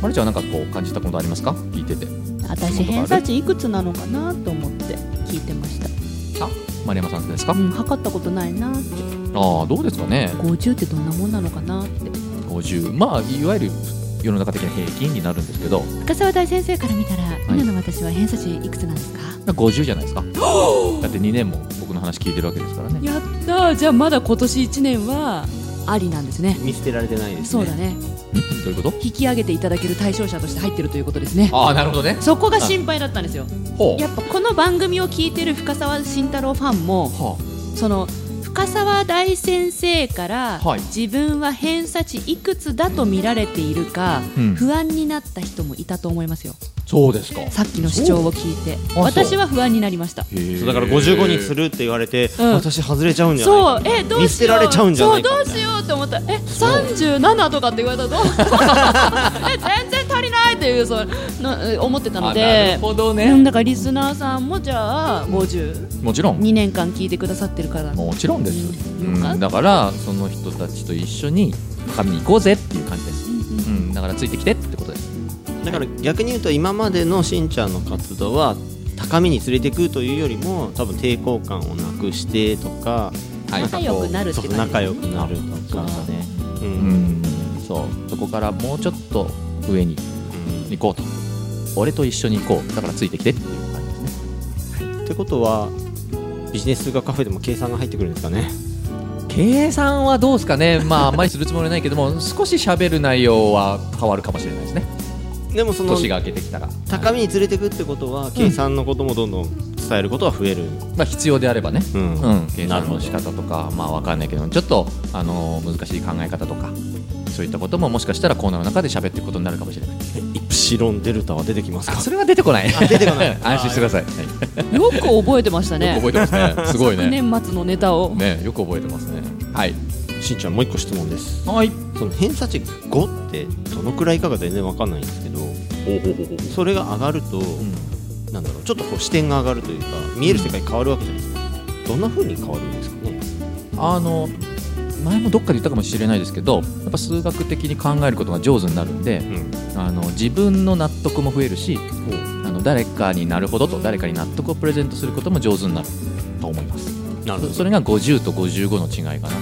Speaker 1: まるちゃんはなんかこう感じたことありますか聞いてて
Speaker 4: 私偏差値いくつなのかなと思って聞いてました、
Speaker 1: あ丸山さんですか、
Speaker 4: うん、測ったことないなって
Speaker 1: ああどうですかね
Speaker 4: 50ってどんなもんなのかなって
Speaker 1: 50まあいわゆる世の中的な平均になるんですけど
Speaker 2: 深沢大先生から見たら、今の私は偏差値いくつなんですか
Speaker 1: 50じゃないですかだって2年も僕の話聞いてるわけですからね
Speaker 4: やったーじゃあまだ今年1年はありなんですね
Speaker 3: 見捨てられてないですね
Speaker 4: そうだね
Speaker 1: んどういうこと
Speaker 4: 引き上げていただける対象者として入ってるということですね
Speaker 1: ああなるほどね
Speaker 4: そこが心配だったんですよ
Speaker 1: ほう
Speaker 4: やっぱこの番組を聞いてる深沢慎太郎ファンも
Speaker 1: は
Speaker 4: その深沢大先生から、
Speaker 1: はい
Speaker 4: 自分は偏差値いくつだと見られているか、
Speaker 1: うん
Speaker 4: 不安になった人もいたと思いますよ
Speaker 1: あそうですかへ
Speaker 4: さっきの主張を聞いて
Speaker 1: そうあ
Speaker 4: 私は不安になりました
Speaker 1: え
Speaker 3: そうだから55にするって言われて、
Speaker 4: うん
Speaker 3: 私外れちゃうんじゃない
Speaker 4: そ
Speaker 3: か
Speaker 4: うえどうしよう
Speaker 3: 見捨てられちゃうんじゃないか
Speaker 4: そうどうしようと思ったえ三37とか (laughs) って言われたらどうえ全然足りないっていうそうな思ってたの
Speaker 1: あなる
Speaker 4: で
Speaker 1: ほど
Speaker 4: う
Speaker 1: ね
Speaker 4: んだからリスナーさんもじゃあ52
Speaker 1: もちろん
Speaker 4: 年間聞いてくださってるから
Speaker 1: もちろんです、う
Speaker 4: よかった
Speaker 1: ん、だからその人たちと一緒に高みに行こうぜっていう感じです、
Speaker 4: うんうん
Speaker 1: うん、だからついてきてってことです
Speaker 3: だから逆に言うと今までのしんちゃんの活動は高みに連れてくというよりも多分抵抗感をなくしてとか
Speaker 1: はい
Speaker 3: んかこう
Speaker 4: 仲良くなるって感じ
Speaker 3: そう仲良くなると
Speaker 1: そう
Speaker 3: か
Speaker 1: だね
Speaker 3: う
Speaker 1: うんんそうそこからもうちょっと上に行こうと俺と一緒に行こうだからついてきてっていう感じ (laughs) ですね
Speaker 3: ってことはビジネス数学カフェでも計算が入ってくるんですかね
Speaker 1: 計算はどうですかね、まあ、あんまりするつもりはないけども、少し喋る内容は変わるかもしれないですね、
Speaker 3: でもその
Speaker 1: 年が明けてきたら、
Speaker 3: 高みに連れてくってことは計算のこともどんどん伝えることは増える、
Speaker 1: まあ、必要であればね、
Speaker 3: うん
Speaker 1: うん、計
Speaker 3: なる
Speaker 1: 算
Speaker 3: ほ
Speaker 1: の
Speaker 3: ど
Speaker 1: 仕方とか、まあ、わかんないけど、ちょっと、あのー難しい考え方とか、そういったことも、もしかしたらコーナーの中で喋っていくことになるかもしれない。
Speaker 3: イプシロンデルタは出てきますか
Speaker 1: あそれは出てこない。
Speaker 3: 出てこ
Speaker 1: (laughs)
Speaker 3: ない
Speaker 1: 安心してください。
Speaker 4: よく覚えてました
Speaker 1: よ
Speaker 4: ね
Speaker 1: く覚えてますね。すごい (laughs) ね。
Speaker 4: 年末のネタを
Speaker 1: ね、よく覚えてますね。はい。
Speaker 3: しんちゃんもう一個質問です
Speaker 1: はい。
Speaker 3: その偏差値5ってどのくらいかが全然わかんないんですけどそれが上がると、なんだろうちょっとこう視点が上がるというか見える世界変わるわけじゃないですかどんな風に変わるんですかね
Speaker 1: あの前もどっかで言ったかもしれないですけど、やっぱ数学的に考えることが上手になるんで、あの自分の納得も増えるし、あの誰かになるほどと誰かに納得をプレゼントすることも上手になると思います。
Speaker 3: な
Speaker 1: そそれが50と55の違いかな。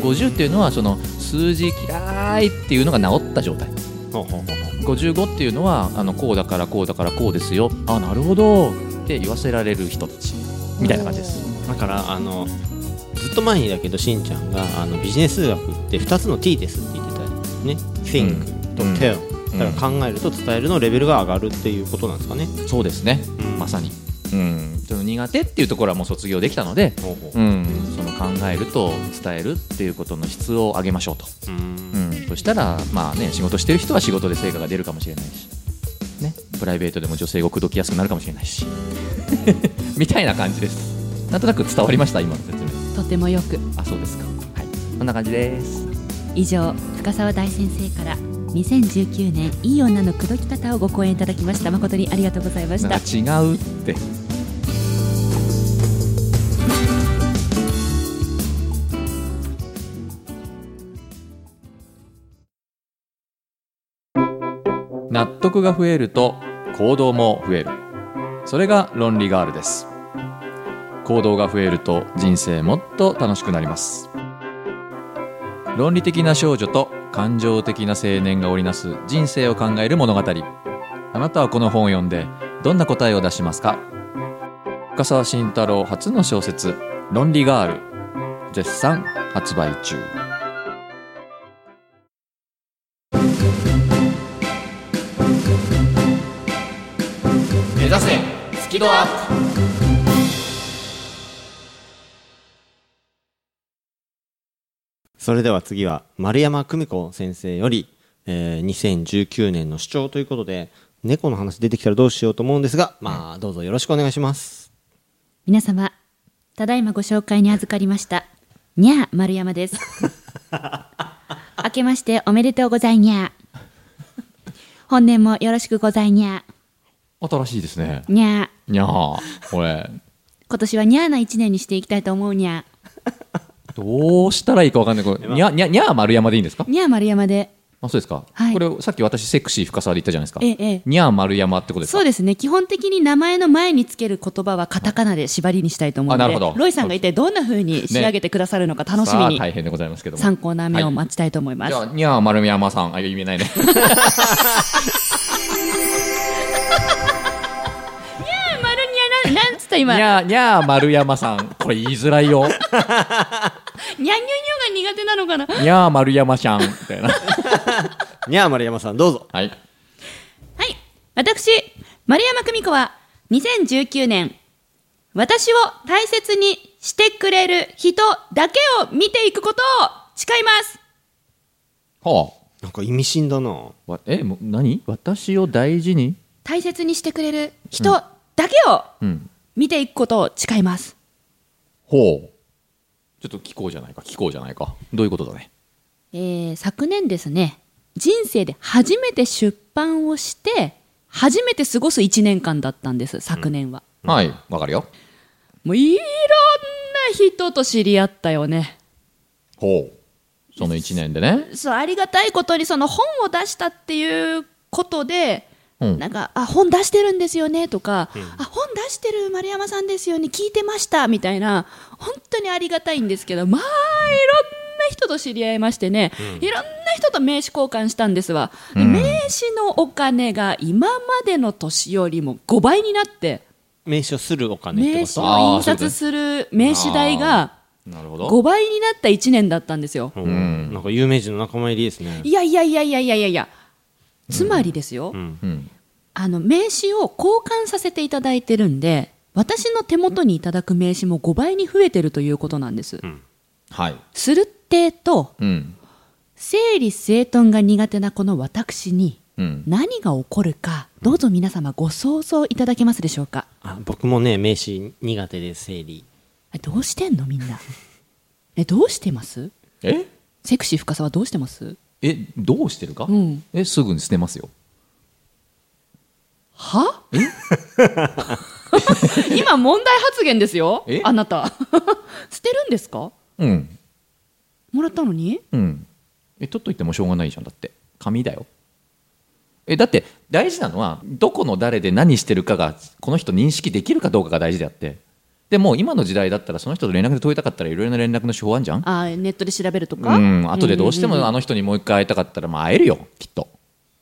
Speaker 1: 50っていうのはその数字嫌いっていうのが治った状態。
Speaker 3: ほうほうほうほう
Speaker 1: 55っていうのはあのこうだからこうだからこうですよあなるほどって言わせられる人たちみたいな感じです
Speaker 3: だからあのずっと前にだけどしんちゃんがあのビジネス数学って2つの T ですって言ってたよね Think と
Speaker 1: うん
Speaker 3: Tell、
Speaker 1: うん
Speaker 3: だから考えると伝えるのレベルが上がるっていうことなんですかね、
Speaker 1: そうですね
Speaker 3: うん
Speaker 1: まさに、うん、その苦手っていうところはもう卒業できたので、
Speaker 3: ほうほう
Speaker 1: うん、その考えると伝えるっていうことの質を上げましょうと、
Speaker 3: うー
Speaker 1: う
Speaker 3: ん
Speaker 1: ん、そしたらまあね仕事してる人は仕事で成果が出るかもしれないしねプライベートでも女性が口説きやすくなるかもしれないし (laughs) みたいな感じですなんとなく伝わりました今の説明
Speaker 2: とてもよく
Speaker 1: あそうですかはいこんな感じです
Speaker 2: 以上深澤大先生から2019年いい女の口説き方をご講演いただきました誠にありがとうございました
Speaker 1: なんか違うって納得が増えると行動も増えるそれが論理ガールです行動が増えると人生もっと楽しくなります論理的な少女と感情的な青年が織りなす人生を考える物語あなたはこの本を読んでどんな答えを出しますか深沢慎太郎初の小説「論理ガール」絶賛発売中目指せスキドアップ
Speaker 3: それでは次は丸山久美子先生より、えー2019年の主張ということで猫の話出てきたらどうしようと思うんですがまあどうぞよろしくお願いします
Speaker 2: 皆様ただいまご紹介に預かりましたにゃー丸山
Speaker 1: (laughs)
Speaker 2: です明けましておめでとうございにゃー本年もよろしくございにゃ
Speaker 1: 新しいですね
Speaker 2: ーにゃー
Speaker 1: にゃあこれ (laughs)
Speaker 2: 今年はにゃーな一年にしていきたいと思うにゃ
Speaker 1: どうしたらいいかわかんないこれにゃにゃにゃあ丸山でいいんですか
Speaker 2: ーにゃー丸山で
Speaker 1: あそうですか、
Speaker 2: はい
Speaker 1: これさっき私セクシー深沢で言ったじゃないですか
Speaker 2: ええええ
Speaker 1: にゃあ丸山ってことですか
Speaker 2: そうですね基本的に名前の前につける言葉はカタカナで縛りにしたいと思う
Speaker 1: あ
Speaker 2: の
Speaker 1: な
Speaker 2: で
Speaker 1: るほど
Speaker 2: ロイさんが一体どんな風に仕上げてくださるのか楽しみ
Speaker 1: さあ
Speaker 2: に
Speaker 1: 大変でございますけども
Speaker 2: 参考な目を
Speaker 1: はい
Speaker 2: 待ちたいと思います、
Speaker 1: じゃあにゃあ丸山さんあ言えない
Speaker 2: (laughs)
Speaker 1: ね
Speaker 2: 丸にゃななんつった
Speaker 1: に
Speaker 2: 今にゃ
Speaker 1: ゃあにゃあ丸山さんこれ言いづらいよ
Speaker 2: にゃにゅにゅが苦手なのかな
Speaker 1: にゃあ丸山ちゃんみたいな
Speaker 3: にゃあ丸山さんどうぞ
Speaker 1: はい
Speaker 2: はい。私、丸山久美子は、2019年、私を大切にしてくれる人だけを見ていくことを誓います。
Speaker 1: は
Speaker 3: なんか意味深だな
Speaker 1: あわえもう何私を大事に
Speaker 2: 大切にしてくれる人だけを
Speaker 1: うん
Speaker 2: 見ていくことを誓います。
Speaker 1: ほうちょっと聞こうじゃないか聞こうじゃないかどういうことだね
Speaker 2: えー昨年ですね、人生で初めて出版をして、初めて過ごす1年間だったんです、昨年は。
Speaker 1: はいわかるよ
Speaker 2: もういろんな人と知り合ったよね。
Speaker 1: ほうその1年でね
Speaker 2: そうありがたいことにその本を出したっていうことで、
Speaker 1: うん
Speaker 2: なんかあ本出してるんですよねとか、あ本出してる丸山さんですよね聞いてましたみたいな本当にありがたいんですけどまあいろんな人と知り合いましてね、いろんな人と名刺交換したんですわ、で名刺のお金が今までの年よりも5倍になって
Speaker 3: 名刺をするお金って
Speaker 2: 名
Speaker 3: こと
Speaker 2: 刺を印刷する名刺代が
Speaker 1: なるほど。
Speaker 2: 5倍になった1年だったんですよ。
Speaker 3: うんん、なんか有名人の仲間入りですね
Speaker 2: いやいやいやいやいやいやいや、つまりですよ、
Speaker 3: うん
Speaker 1: うん。
Speaker 2: あの名刺を交換させていただいてるんで、私の手元にいただく名刺も5倍に増えてるということなんです。
Speaker 3: うん
Speaker 1: はい。
Speaker 2: するってと、
Speaker 1: うん。
Speaker 2: 整理整頓が苦手なこの私に、
Speaker 1: うん。
Speaker 2: 何が起こるか、どうぞ皆様ご想像いただけますでしょうか。
Speaker 3: あ僕もね名刺苦手で整理
Speaker 2: えどうしてんのみ
Speaker 3: (laughs)
Speaker 2: んな。え、どうしてます
Speaker 1: え
Speaker 2: セクシー深さはどうしてます
Speaker 1: え、どうしてるか、
Speaker 2: うん
Speaker 1: え、すぐに捨てますよ。
Speaker 2: は (laughs) 今問題発言ですよ
Speaker 1: え
Speaker 2: あなた (laughs) 捨てるんですか
Speaker 1: うん。
Speaker 2: もらったのに
Speaker 1: うん。え、取っといてもしょうがないじゃん。だって。紙だよ。え、だって、大事なのは、どこの誰で何してるかが、この人認識できるかどうかが大事であって。でも、今の時代だったら、その人と連絡で取りたかったらいろいろな連絡の手法あんじゃん
Speaker 2: あネットで調べるとか
Speaker 1: うん。後でどうしてもあの人にもう一回会いたかったら、まあ会えるよ。きっと。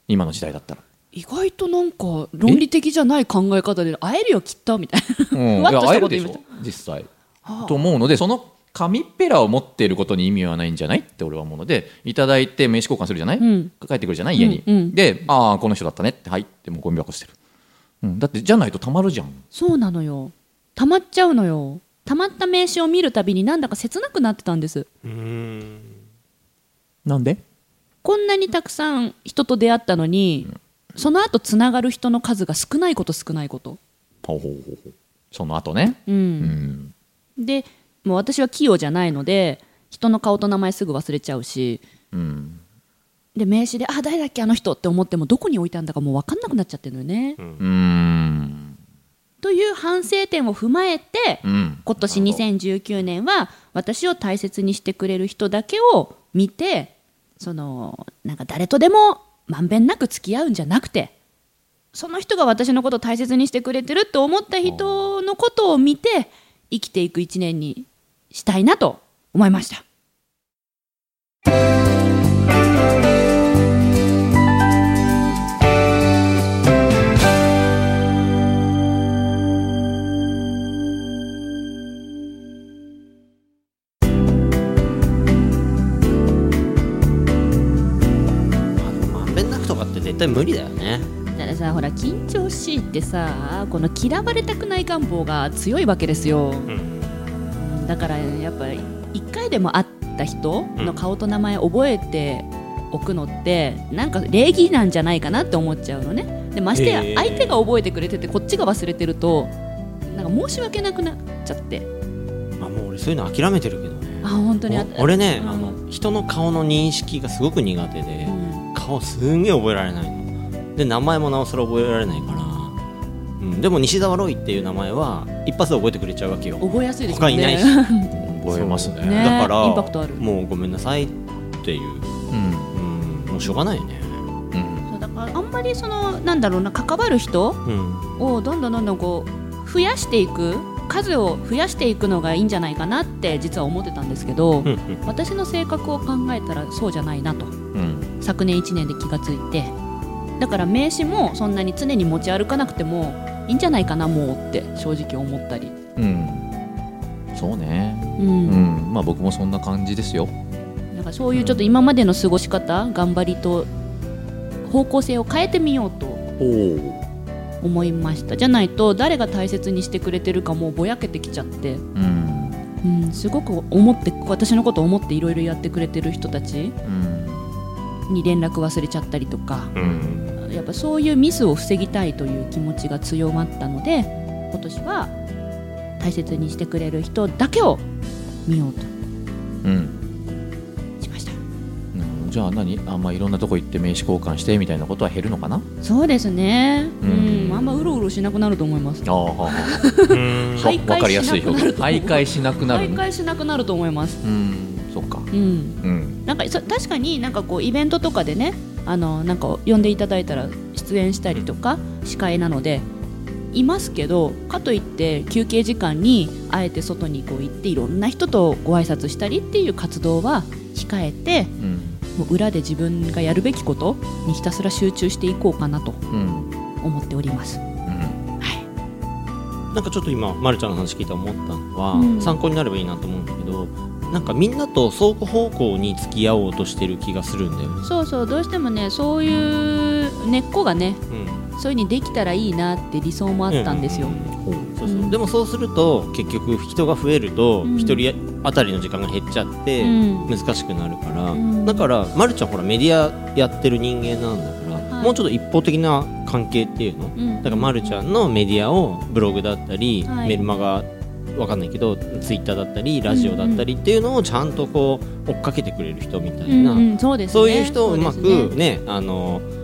Speaker 1: 今の時代だったら。
Speaker 2: 意外となんか論理的じゃない考え方で会えるよきっとみたいな、
Speaker 1: うん、
Speaker 2: (laughs) ふわっとした
Speaker 1: いや会え
Speaker 2: こと
Speaker 1: る
Speaker 2: 言
Speaker 1: で
Speaker 2: い
Speaker 1: しょ
Speaker 2: ました
Speaker 1: 実際、と思うのでその紙っぺらを持っていることに意味はないんじゃないって俺は思うのでいただいて名刺交換するじゃない、
Speaker 2: ん
Speaker 1: 帰ってくるじゃない家に、
Speaker 2: うんうん
Speaker 1: でああこの人だったねってはいってもうゴミ箱してる、うん、だってじゃないとたまるじゃん
Speaker 2: そうなのよ溜まっちゃうのよ溜まった名刺を見るたびになんだか切なくなってたんです
Speaker 3: うーん
Speaker 1: なんで
Speaker 2: こんなにたくさん人と出会ったのに、その後つながる人の数が少ないこと少ないこと
Speaker 1: ほうほうほうほうその後ね
Speaker 2: うん、
Speaker 1: うん
Speaker 2: でもう私は器用じゃないので人の顔と名前すぐ忘れちゃうし
Speaker 1: うん
Speaker 2: で名刺で「あ誰だっけあの人」って思ってもどこに置いたんだかもう分かんなくなっちゃってるのよね。
Speaker 1: うーん
Speaker 2: という反省点を踏まえて
Speaker 1: うん
Speaker 2: 今年2019年は私を大切にしてくれる人だけを見てそのなんか誰とでもまんべんなく付き合うんじゃなくてその人が私のことを大切にしてくれてると思った人のことを見て生きていく一年にしたいなと思いました。
Speaker 3: まあでもまんべんなくとかって絶対無理だよね
Speaker 2: たださほら緊張しいってさこの嫌われたくない願望が強いわけですよ
Speaker 3: うん
Speaker 2: だからやっぱ1回でも会った人の顔と名前覚えておくのってなんか礼儀なんじゃないかなって思っちゃうのねでましてや
Speaker 3: へー
Speaker 2: 相手が覚えてくれててこっちが忘れてるとなんか申し訳なくなっちゃって
Speaker 3: まあもう俺そういうの諦めてるけどね
Speaker 2: あ本当にあ
Speaker 3: お俺ね、
Speaker 2: うん
Speaker 3: あの人の顔の認識がすごく苦手で、
Speaker 2: うん
Speaker 3: 顔すんげえ覚えられないので名前もなおさら覚えられないから、うん、でも西澤ロイっていう名前は一発で覚えてくれちゃうわけよ
Speaker 2: 覚えやすいですよ
Speaker 3: 他
Speaker 2: ね
Speaker 3: いないし
Speaker 1: 覚えますね
Speaker 2: ね
Speaker 3: だから
Speaker 2: インパクトある
Speaker 3: もうごめんなさいっていう、
Speaker 1: うん
Speaker 3: うん、もうしょうがないよね
Speaker 1: うん
Speaker 2: そうだからあんまりそのなんだろうな関わる人
Speaker 3: うん
Speaker 2: をどんどんどんどんこう増やしていく数を増やしていくのがいいんじゃないかなって実は思ってたんですけど、
Speaker 3: うんうん
Speaker 2: 私の性格を考えたらそうじゃないなと
Speaker 1: うん
Speaker 2: 昨年1年で気がついてだから名刺もそんなに常に持ち歩かなくてもいいんじゃないかなもうって正直思ったり、
Speaker 1: うんそうね
Speaker 2: うん
Speaker 1: うんまあ僕もそんな感じですよ
Speaker 2: なんかそういうちょっと今までの過ごし方頑張りと方向性を変えてみようと
Speaker 1: おお
Speaker 2: 思いましたじゃないと誰が大切にしてくれてるかもうぼやけてきちゃって
Speaker 1: うん
Speaker 2: うん、すごく思って私のことを思っていろいろやってくれてる人たち
Speaker 1: うん
Speaker 2: に連絡忘れちゃったりとか
Speaker 3: うん
Speaker 2: やっぱそういうミスを防ぎたいという気持ちが強まったので今年は大切にしてくれる人だけを見ようと
Speaker 1: うん
Speaker 2: しました
Speaker 1: うんじゃあ何あんまいろんなとこ行って名刺交換してみたいなことは減るのかな
Speaker 2: そうですねうん、
Speaker 1: うん
Speaker 2: あんまうろうろしなくなると思います
Speaker 1: ああ、
Speaker 3: うん
Speaker 2: はい
Speaker 1: わかりやすい表現徘
Speaker 2: 徘
Speaker 1: 徊しなくなる
Speaker 2: 徘徊しなくなると思います
Speaker 1: うんそっか
Speaker 2: う
Speaker 1: う
Speaker 2: ん
Speaker 1: ん
Speaker 2: なんかそ確かになんかこうイベントとかでねあのなんか呼んでいただいたら出演したりとか司会なのでいますけどかといって休憩時間にあえて外にこう行っていろんな人とご挨拶したりっていう活動は控えて
Speaker 1: うん
Speaker 2: もう裏で自分がやるべきことにひたすら集中していこうかなと
Speaker 1: うん
Speaker 2: 思っております。
Speaker 1: うん
Speaker 2: はい、
Speaker 3: なんかちょっと今、ま、るちゃんの話聞いて思ったのは、
Speaker 4: うん
Speaker 3: 参考になればいいなと思うんだけどなんかみんなと相互方向に付き合おうとしてる気がするんだよね。
Speaker 2: そうそうどうしてもねそういう根っこがね
Speaker 3: うん
Speaker 2: そういうふうにできたらいいなって理想もあったんですよ、
Speaker 3: うんそう
Speaker 2: う
Speaker 3: そ
Speaker 2: ん
Speaker 3: うでもそうすると結局人が増えると
Speaker 2: うん
Speaker 3: 一人当たりの時間が減っちゃって
Speaker 2: うん
Speaker 3: 難しくなるから、
Speaker 2: うん
Speaker 3: だから、ま、るちゃんほらメディアやってる人間なんだから、
Speaker 2: はい
Speaker 3: もうちょっと一方的な関係っていうの
Speaker 2: うん
Speaker 3: だからまるちゃんのメディアをブログだったり、
Speaker 2: はい
Speaker 3: メルマガわかんないけどツイッターだったりラジオだったりっていうのをちゃんとこう追っかけてくれる人みたいな、
Speaker 2: うんうんそうですね
Speaker 3: そういう人をうまく
Speaker 2: そです
Speaker 3: ね
Speaker 2: ね
Speaker 3: あの
Speaker 1: うん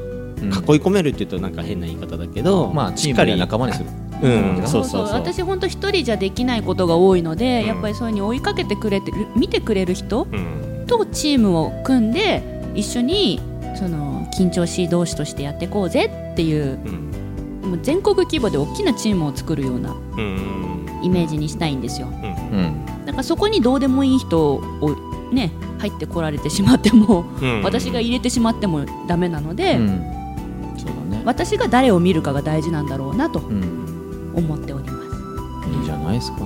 Speaker 3: 囲い込めるっていうとなんか変な言い方だけど、
Speaker 1: まあチ
Speaker 3: しっ
Speaker 1: ー
Speaker 3: か
Speaker 1: ムや
Speaker 3: り
Speaker 1: 仲間にする
Speaker 3: うん
Speaker 1: うん
Speaker 3: そうそうそう
Speaker 2: 私本当一人じゃできないことが多いので、
Speaker 3: うん
Speaker 2: やっぱりそういうふうに追いかけてくれてる見てくれる人
Speaker 3: うん
Speaker 2: とチームを組んで一緒にその緊張しい同士としてやっていこうぜっていう
Speaker 3: うん
Speaker 2: もう全国規模で大きなチームを作るような
Speaker 3: うん
Speaker 2: イメージにしたいんですよ
Speaker 1: うん
Speaker 2: だからそこにどうでもいい人をね入ってこられてしまっても、
Speaker 3: うん
Speaker 2: 私が入れてしまってもダメなので、
Speaker 1: うんそうだね
Speaker 2: 私が誰を見るかが大事なんだろうなと
Speaker 1: うん
Speaker 2: 思っております
Speaker 1: いいじゃないですか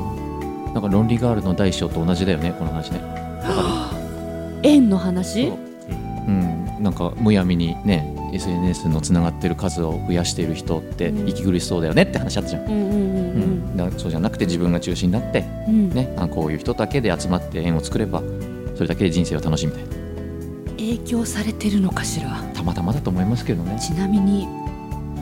Speaker 1: なんかロンリーガールの大小と同じだよねこの話ね
Speaker 2: 縁の話
Speaker 1: そううん、なんかむやみにね SNS のつながってる数を増やしている人って
Speaker 2: うん
Speaker 1: 息苦しそうだよねって話あったじゃん、
Speaker 2: うんうんう
Speaker 1: う
Speaker 2: んうんん
Speaker 1: だからそうじゃなくて自分が中心になって、
Speaker 2: うん
Speaker 1: ね、あこういう人だけで集まって縁を作ればそれだけで人生を楽しみたいな
Speaker 2: 影響されてるのかしら
Speaker 1: たまたまだと思いますけどね
Speaker 2: ちなみに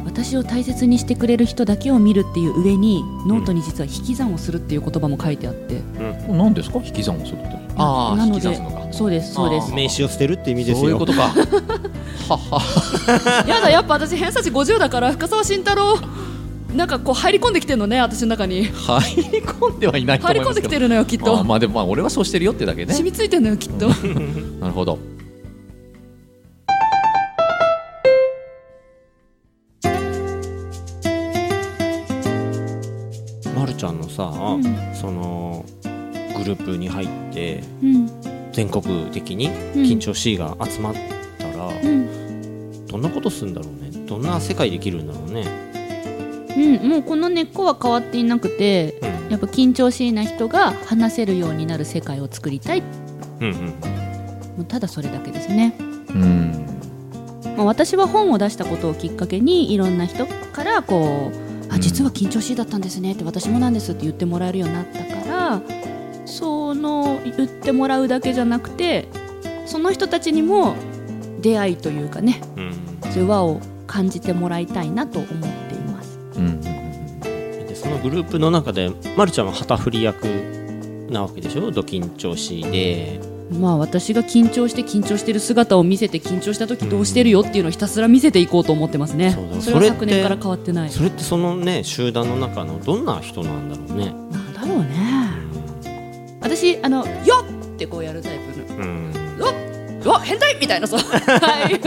Speaker 2: 私を大切にしてくれる人だけを見るっていう上にノートに実は引き算をするっていう言葉も書いてあって、
Speaker 1: 何ですか引き算をするってああ
Speaker 2: な
Speaker 1: 引
Speaker 2: の
Speaker 1: き算
Speaker 2: で
Speaker 1: するのか
Speaker 2: そうですそうです
Speaker 3: 名刺を捨てるって意味ですよ
Speaker 1: そういうことかはっは
Speaker 4: やだやっぱ私偏差値50だから深澤慎太郎なんかこう入り込んできてんのね私の
Speaker 2: (laughs)
Speaker 4: 中に
Speaker 1: 入り込んではいないと
Speaker 4: 入
Speaker 1: 思い
Speaker 4: り
Speaker 1: ま
Speaker 4: 込ん
Speaker 1: す (laughs)
Speaker 4: で
Speaker 1: け
Speaker 4: き
Speaker 1: ど
Speaker 4: てるのよきっ
Speaker 1: あー
Speaker 4: と
Speaker 1: まあでもまあ俺はそうしてるよってだけね
Speaker 4: 染みついてんのよきっと
Speaker 1: なるほど
Speaker 3: まるちゃんのさ、
Speaker 2: うん
Speaker 3: そのグループに入って
Speaker 2: (laughs) うん
Speaker 3: 全国的に緊張しいが集まったら、
Speaker 2: うん
Speaker 3: どんなことするんだろうねどんな世界できるんだろうね、
Speaker 2: うん、もうこの根っこは変わっていなくて
Speaker 3: うん
Speaker 2: やっぱ緊張しいな人が話せるようになる世界を作りたい
Speaker 3: うんうん
Speaker 2: もうただそれだけですね、
Speaker 1: うん
Speaker 2: まあ、私は本を出したことをきっかけにいろんな人からこう「
Speaker 1: う
Speaker 2: あ
Speaker 1: ん
Speaker 2: 実は緊張しいだったんですね」って「私もなんです」って言ってもらえるようになったからその言ってもらうだけじゃなくてその人たちにも出会いというかね
Speaker 3: うん
Speaker 2: そういう輪を感じてもらいたいなと思っています。
Speaker 1: うんうんうん
Speaker 3: でそのグループの中で、ま、るちゃんは旗振り役なわけでしょド緊張しいで
Speaker 4: まあ私が緊張して緊張してる姿を見せて緊張した時どうしてるよっていうのをひたすら見せていこうと思ってますね
Speaker 3: そうだ
Speaker 4: それ
Speaker 3: そ
Speaker 4: は
Speaker 3: れって
Speaker 4: 昨年から変わってない
Speaker 3: それってそのね集団の中のどんな人なんだろうね、
Speaker 2: なんだろうね私あの
Speaker 4: よっってこうやるタイプの
Speaker 3: うん、
Speaker 4: うわ変態みたいなそうはい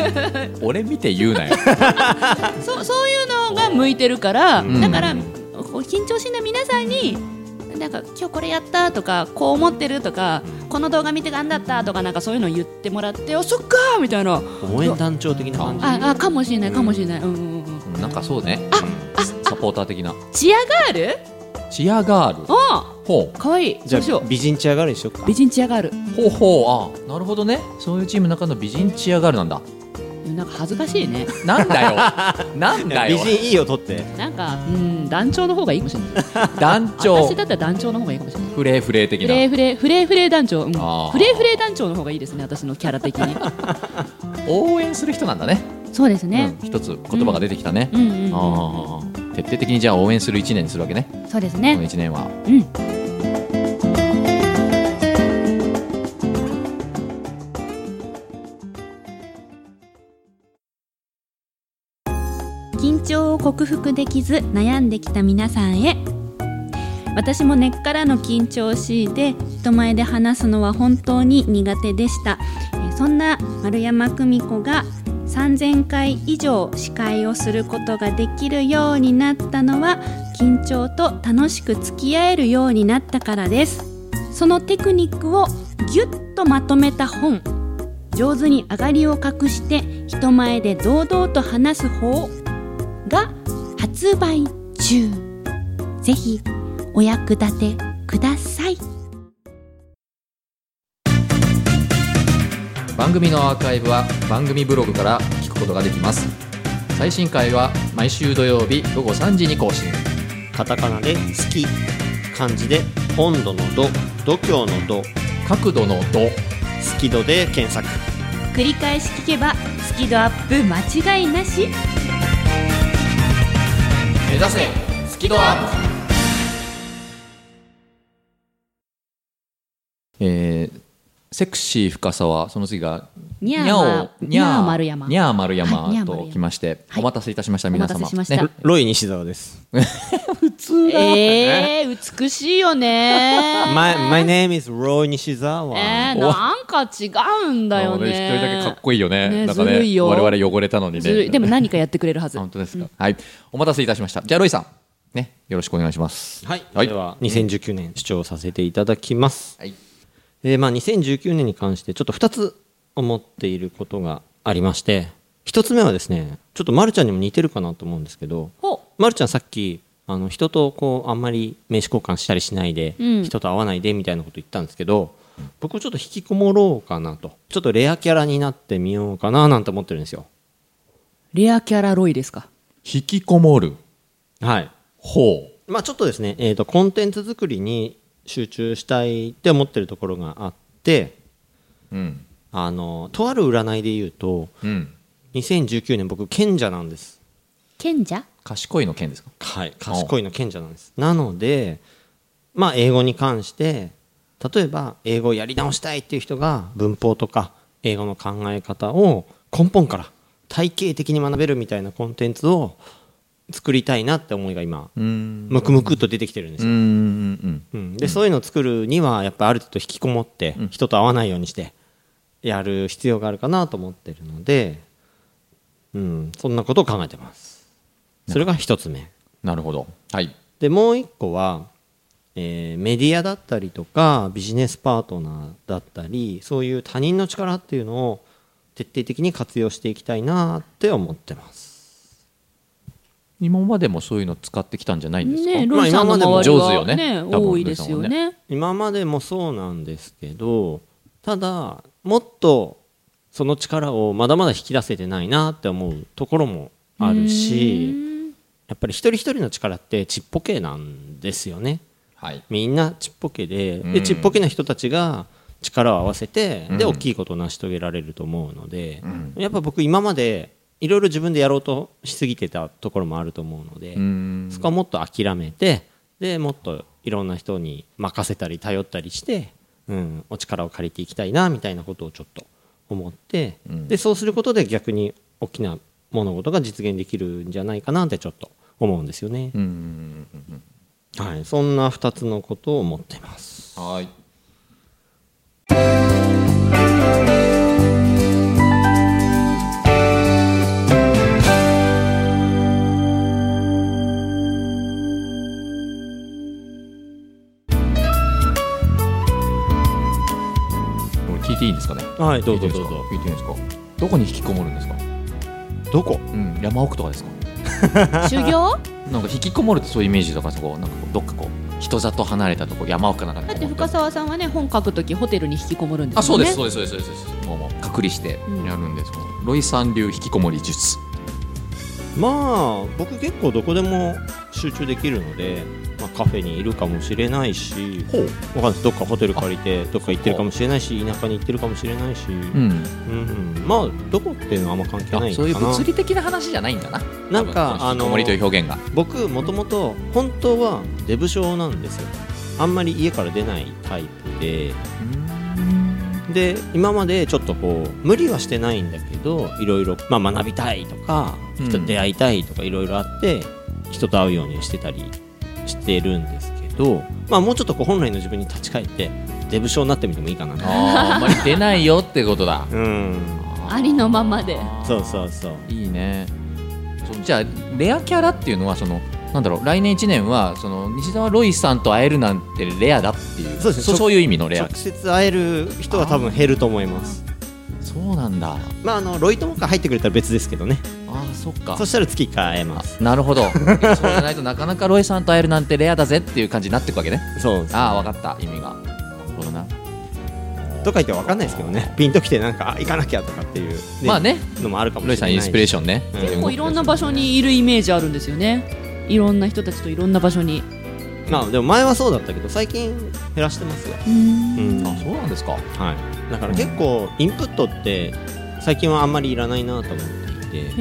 Speaker 1: 俺見て言うな (laughs) よ
Speaker 2: そうそういうのが向いてるから、
Speaker 3: うん
Speaker 2: だから
Speaker 1: うん
Speaker 2: こう緊張しない皆さんになんか今日これやったとかこう思ってるとかこの動画見てあんだったとかなんかそういうの言ってもらってあそっかーみたいな
Speaker 3: 応援団長的な感じ
Speaker 2: ああかもしれないかもしれない、うんうんうん、
Speaker 1: うんなんかそうねサポーター的な
Speaker 2: チアガール
Speaker 1: チアガール
Speaker 2: お
Speaker 1: ほ
Speaker 2: かわいい
Speaker 3: じゃ
Speaker 2: そうしよ
Speaker 3: あ美人チアガールにしよっか
Speaker 2: う美人チアガール
Speaker 1: うほうほうあなるほどねそういうチームの中の美人チアガールなんだ
Speaker 2: なんか恥ずかしいね
Speaker 1: なんだ (laughs) よなんだ
Speaker 3: 美
Speaker 1: よ
Speaker 3: 人いいよ取って
Speaker 2: なんか
Speaker 4: うん団長の方がいいかもし
Speaker 3: (laughs)
Speaker 4: れない
Speaker 1: 団長
Speaker 4: 私だったら団長の方がいいかもしれない
Speaker 1: フレーフレー的
Speaker 4: フレー
Speaker 1: な
Speaker 4: フレーフレーフレー団長、うん、フ
Speaker 1: あー
Speaker 4: レーフレー団長の方がいいですね私のキャラ
Speaker 1: (laughs)
Speaker 4: 的に
Speaker 1: 応援する人なんだね
Speaker 2: そうですね、
Speaker 1: うん、一つ言葉が出てきたね、
Speaker 2: うん、うんうん
Speaker 1: あー徹底的にじゃあ応援する1年にするわけね
Speaker 2: そうです
Speaker 1: この
Speaker 2: ね
Speaker 1: 1年は
Speaker 2: うん緊張を克服できず悩んできた皆さんへ私も根っからの緊張を強いて人前で話すのは本当に苦手でしたえーそんな丸山久美子が3000回以上司会をすることができるようになったのは緊張と楽しく付き合えるようになったからですそのテクニックをぎゅっとまとめた本上手に上がりを隠して人前で堂々と話す方が発売中ぜぜひお役立てください
Speaker 1: 番組のアーカイブは番組ブログから聞くことができます最新回は毎週土曜日午後3時に更新
Speaker 3: カタカナで「好き」漢字で「温度の度」「度胸の度」
Speaker 1: 角度の度
Speaker 3: 「好き度」で検索
Speaker 2: 繰り返し聞けばスキドアップ間違いなし
Speaker 1: 目指せスキドアップえーセクシー深さはその次が
Speaker 2: にゃー
Speaker 1: おにゃ
Speaker 2: にゃ
Speaker 1: ー
Speaker 2: ー丸山
Speaker 1: にゃー丸
Speaker 2: はいにゃ
Speaker 1: 山
Speaker 2: ー丸
Speaker 1: と
Speaker 2: 山
Speaker 1: きまして
Speaker 2: はい
Speaker 1: お待たせいたしました
Speaker 2: お
Speaker 1: 皆
Speaker 2: 待
Speaker 1: 様
Speaker 2: たせしました、
Speaker 1: ね
Speaker 3: ロイ西澤です
Speaker 4: えー、美しい
Speaker 1: (laughs)
Speaker 4: よね
Speaker 3: My, my name is Roy 西澤
Speaker 4: えー、なんか違うんだよ
Speaker 1: もう
Speaker 4: ね
Speaker 1: 一人だけかっこいいよね
Speaker 4: ね
Speaker 1: なんか
Speaker 4: ずるい
Speaker 1: ね
Speaker 4: よ
Speaker 1: 我々汚れたのに
Speaker 4: ずる
Speaker 1: ね
Speaker 4: いでも何かやってくれるはず
Speaker 1: 本当ですか、はいお待たせいたしましたじゃあロイさんねよろしくお願いします
Speaker 3: はい、
Speaker 1: はい
Speaker 3: では2019年視聴させていただきます、
Speaker 1: はい
Speaker 3: えーまあ、2019年に関してちょっと2つ思っていることがありまして1つ目はですねちょっとまるちゃんにも似てるかなと思うんですけど
Speaker 4: ほ
Speaker 3: まるちゃんさっきあの人とこうあんまり名刺交換したりしないで、
Speaker 4: うん
Speaker 3: 人と会わないでみたいなこと言ったんですけど僕ちょっと引きこもろうかなとちょっとレアキャラになってみようかななんて思ってるんですよ
Speaker 4: レアキャラロイですか
Speaker 1: 引きこもる
Speaker 3: はい
Speaker 1: ほう
Speaker 3: まあ、ちょっとですね、えー、とコンテンツ作りに集中したいって思ってるところがあって
Speaker 1: うん
Speaker 3: あのとある占いで言うと
Speaker 1: うん
Speaker 3: 2019年僕賢者なんです
Speaker 2: 賢者
Speaker 1: 賢いの件ですか
Speaker 3: はい賢いの賢者なんですなのでまあ英語に関して例えば英語をやり直したいっていう人が文法とか英語の考え方を根本から体系的に学べるみたいなコンテンツを作りたいなって思いが今
Speaker 1: うん
Speaker 3: ムクムクっと出てきてるんですよ
Speaker 1: うんうん
Speaker 3: うん、で、そういうのを作るにはやっぱある程度引きこもって人と会わないようにしてやる必要があるかなと思ってるので、うん、そんなことを考えてますそれが一つ目
Speaker 1: なるほどはい
Speaker 3: でもう一個は、えーメディアだったりとかビジネスパートナーだったりそういう他人の力っていうのを徹底的に活用していきたいなって思ってます
Speaker 1: 今までもそういうの使ってきたんじゃないんですか、
Speaker 4: ねロイさんの
Speaker 3: ま
Speaker 1: 今までも
Speaker 3: あ
Speaker 4: 周り
Speaker 1: 上
Speaker 4: は
Speaker 1: 手よね
Speaker 4: ね
Speaker 1: 多分
Speaker 4: 多いですよね
Speaker 3: 今までもそうなんですけどただもっとその力をまだまだ引き出せてないなって思うところもあるしやっぱり一人一人の力ってちっぽけなんですよね
Speaker 1: はい
Speaker 3: みんなちっぽけで,、
Speaker 1: う
Speaker 3: で
Speaker 1: ん
Speaker 3: ちっぽけな人たちが力を合わせて、で
Speaker 1: うん
Speaker 3: 大きいことを成し遂げられると思うので、やっぱ僕今までいろいろ自分でやろうとしすぎてたところもあると思うので、
Speaker 1: うん
Speaker 3: そこはもっと諦めてでもっといろんな人に任せたり頼ったりして、うん、お力を借りていきたいなみたいなことをちょっと思って、
Speaker 1: うん
Speaker 3: でそうすることで逆に大きな物事が実現できるんじゃないかなってちょっと思うんですよね、
Speaker 1: うん
Speaker 3: はい、そんな2つのことを思っています
Speaker 1: はいこれ聞いていいんですかね
Speaker 3: はいどうぞ
Speaker 1: 聞いていいんですか
Speaker 3: ど
Speaker 1: 聞いていい
Speaker 3: うぞ
Speaker 1: んですかどこに引きこもるんですか
Speaker 3: どこ
Speaker 1: うん山奥とかですか
Speaker 2: 修行
Speaker 1: なんか引きこもるってそういうイメージだからそこなんかこうどっかこう人里離れたとこ山奥かなんかに
Speaker 4: だ
Speaker 1: こも
Speaker 4: って
Speaker 1: て
Speaker 4: 深澤さんはね本書くときホテルに引きこもるんです
Speaker 1: あ
Speaker 4: よ
Speaker 1: そう
Speaker 4: ね
Speaker 1: ですそうですそうですそうですもうもう隔離して
Speaker 4: うん
Speaker 1: やるんです、ロイさん流引きこもり術
Speaker 3: まあ僕結構どこでも集中できるので、まあ、カフェにいるかもしれないし
Speaker 1: ほう
Speaker 3: わかんないですどっかホテル借りてどっか行ってるかもしれないし田舎に行ってるかもしれないし、
Speaker 1: うん
Speaker 3: うんうん、まあどこっていうのはあんま関係ない
Speaker 1: そういう
Speaker 3: かな
Speaker 1: 物理的な話じゃないんだな
Speaker 3: な
Speaker 1: なん
Speaker 3: かあ
Speaker 1: 引きこもりという
Speaker 3: の
Speaker 1: 表現が
Speaker 3: 僕もともと本当はデブ症なんですよあんまり家から出ないタイプでで今までちょっとこう無理はしてないんだけどいろいろ、まあ、学びたいとか
Speaker 1: うん
Speaker 3: 人と出会いたいとかいろいろあって人と会うようにしてたりしてるんですけど、まあ、もうちょっとこう本来の自分に立ち返ってデブ症になってみてもいいかなと
Speaker 1: あーあんまり出ないよってことだ
Speaker 3: うん
Speaker 4: (laughs) ありのままで
Speaker 3: そうそうそう
Speaker 1: いいねそうじゃあレアキャラっていうのはそのなんだろう来年1年はその西澤ロイさんと会えるなんてレアだっていう
Speaker 3: そうですね
Speaker 1: そ
Speaker 3: そ
Speaker 1: そういう意味のレア
Speaker 3: 直接会える人は多分減ると思います
Speaker 1: そうなんだ
Speaker 3: まああのロイ友が入ってくれたら別ですけどね
Speaker 1: ああそっか
Speaker 3: そしたら月変えます
Speaker 1: なるほどそうじゃないとなかなかロエさんと会えるなんてレアだぜっていう感じになってくわけね
Speaker 3: そうです
Speaker 1: ああ分かった意味がなるほどな
Speaker 3: とか言ってわかんないですけどねピンときてなんかあ行かなきゃとかっていう、
Speaker 1: まあね
Speaker 3: のもあるかも
Speaker 1: ロ
Speaker 3: しれ
Speaker 1: エ
Speaker 3: な
Speaker 1: さ
Speaker 3: い
Speaker 1: んインスピレーションね
Speaker 3: うん
Speaker 2: 結構いろんな場所にいるイメージあるんですよねいろんな人たちといろんな場所に
Speaker 3: まあでも前はそうだったけど最近減らしてますよ、うん
Speaker 1: あそうなんですか
Speaker 3: はい、だから結構インプットって最近はあんまりいらないなと思っていて、だか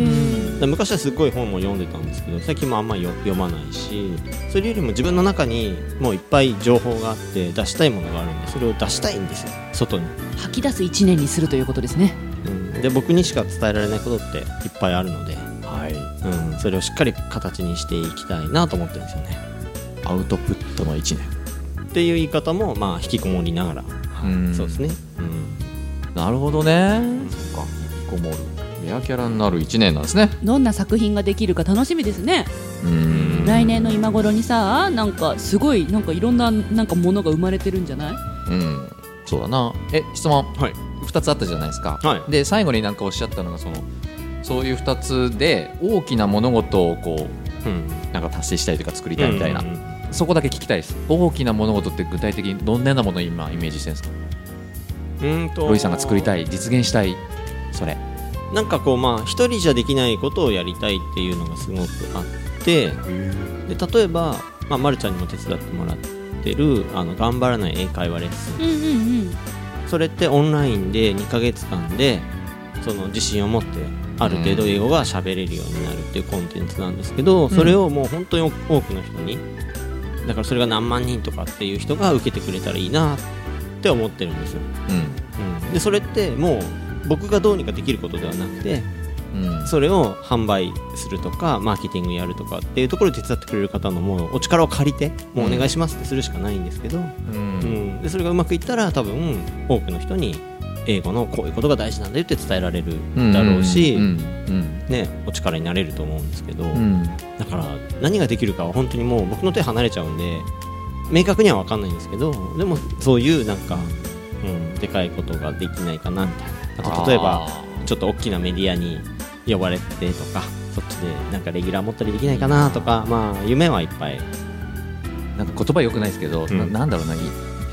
Speaker 3: ら昔はすごい本も読んでたんですけど最近もあんまりよ読まないしそれよりも自分の中にもういっぱい情報があって出したいものがあるんでそれを出したいんですよ外に、
Speaker 2: 吐き出す1年にするということですね
Speaker 3: うん、で僕にしか伝えられないことっていっぱいあるので、はいうん、それをしっかり形にしていきたいなと思ってるんですよね
Speaker 1: アウトプットの1年
Speaker 3: っていう言い方もまあ引きこもりながら、
Speaker 1: うん
Speaker 3: そうですね、うん、
Speaker 1: なるほどねそっか引きこもるレアキャラになる1年なんですね
Speaker 2: どんな作品ができるか楽しみですね
Speaker 1: うん
Speaker 2: 来年の今頃にさなんかすごいなんかいろんななんかものが生まれてるんじゃない
Speaker 1: うんそうだなえ質問
Speaker 3: はい
Speaker 1: 2つあったじゃないですか、
Speaker 3: はい
Speaker 1: で最後になんかおっしゃったのがそのそういう2つで大きな物事をこ
Speaker 3: うん
Speaker 1: うなんか達成したいというか作りたいみたいな、
Speaker 3: うんうんうん
Speaker 1: そこだけ聞きたいです大きな物事って具体的にどんなようなものを今イメージしてるんですか
Speaker 3: うんと
Speaker 1: ロイさんが作りたい実現したいそれ
Speaker 3: なんかこうまあ一人じゃできないことをやりたいっていうのがすごくあってで例えば、まあ、まるちゃんにも手伝ってもらってるあの頑張らない英会話レッスン
Speaker 2: うんうん (laughs) うん
Speaker 3: それってオンラインで2ヶ月間でその自信を持ってある程度英語が喋れるようになるっていうコンテンツなんですけどそれをもう本当に多くの人にだからそれが何万人とかっていう人が受けてくれたらいいなって思ってるんですよ、うんでそれってもう僕がどうにかできることではなくて
Speaker 1: うん、うん、
Speaker 3: それを販売するとかマーケティングやるとかっていうところで手伝ってくれる方のもうお力を借りてもうお願いしますってするしかないんですけど、
Speaker 1: うん
Speaker 3: うんでそれがうまくいったら多分多くの人に英語のこういうことが大事なんだよって伝えられるだろうし、
Speaker 1: うん
Speaker 3: ね、お力になれると思うんですけど、
Speaker 1: うんうん
Speaker 3: だから何ができるかは本当にもう僕の手離れちゃうんで明確には分かんないんですけどでもそういうなんか、うん、でかいことができないかなみたいなあと例えば
Speaker 1: あー
Speaker 3: ちょっと大きなメディアに呼ばれてとかそっちでなんかレギュラー持ったりできないかなとかまあ夢はいっぱい
Speaker 1: なんか言葉良くないですけど、
Speaker 3: ん
Speaker 1: ななんだろうな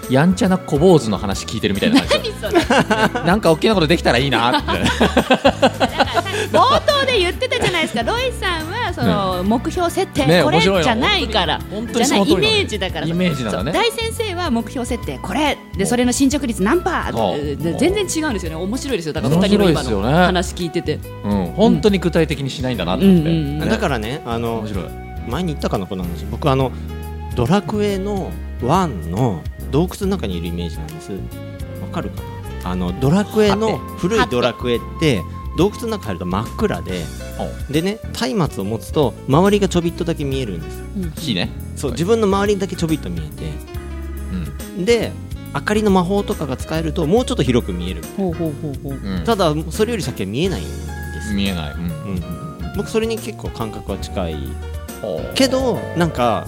Speaker 1: やんちゃな小坊主の話聞いてるみたいな感じ
Speaker 2: (laughs)
Speaker 4: それ
Speaker 1: (laughs) なんか大きなことできたらいいなって
Speaker 2: 冒頭で言ってたじゃないですかロイさんはその目標設定、
Speaker 1: ね
Speaker 2: これ
Speaker 1: 面
Speaker 2: じ
Speaker 1: 白いの
Speaker 2: ゃないから
Speaker 1: 本当
Speaker 2: じ
Speaker 1: に
Speaker 2: ゃ
Speaker 1: そ
Speaker 2: な
Speaker 1: の
Speaker 2: い
Speaker 1: 通り
Speaker 2: イ
Speaker 1: なの
Speaker 2: メージだから
Speaker 1: イメージなのね
Speaker 2: そう大先生は目標設定これ
Speaker 1: お
Speaker 2: でそれの進捗率何パ
Speaker 1: お
Speaker 2: ーで全然違うんですよね面白いですよだからお二人の
Speaker 1: 面白いで
Speaker 2: 今
Speaker 1: すよ
Speaker 2: の
Speaker 1: ね
Speaker 2: 話聞いてて、
Speaker 1: うん、本当に具体的にしないんだなって思って、
Speaker 2: うんうんうん
Speaker 1: ね
Speaker 3: だからねあの
Speaker 1: 面白い
Speaker 3: 前に言ったかなこの話僕あのドラクエの1の洞窟の中にいるイメージなんですわかるかなあのドラクエの
Speaker 1: は
Speaker 3: 古いドラクエって洞窟の中入ると真っ暗ででね松明を持つと周りがちょびっとだけ見えるんです
Speaker 1: 火ね、
Speaker 3: そう自分の周りにだけちょびっと見えて
Speaker 1: う
Speaker 3: で明かりの魔法とかが使えるともうちょっと広く見える
Speaker 2: ほうほうほうほうん
Speaker 1: うん、
Speaker 3: ただそれより先は見えないんです、
Speaker 1: 見えない、うん
Speaker 3: うん、僕それに結構感覚は近い
Speaker 1: ほう
Speaker 3: けどなんか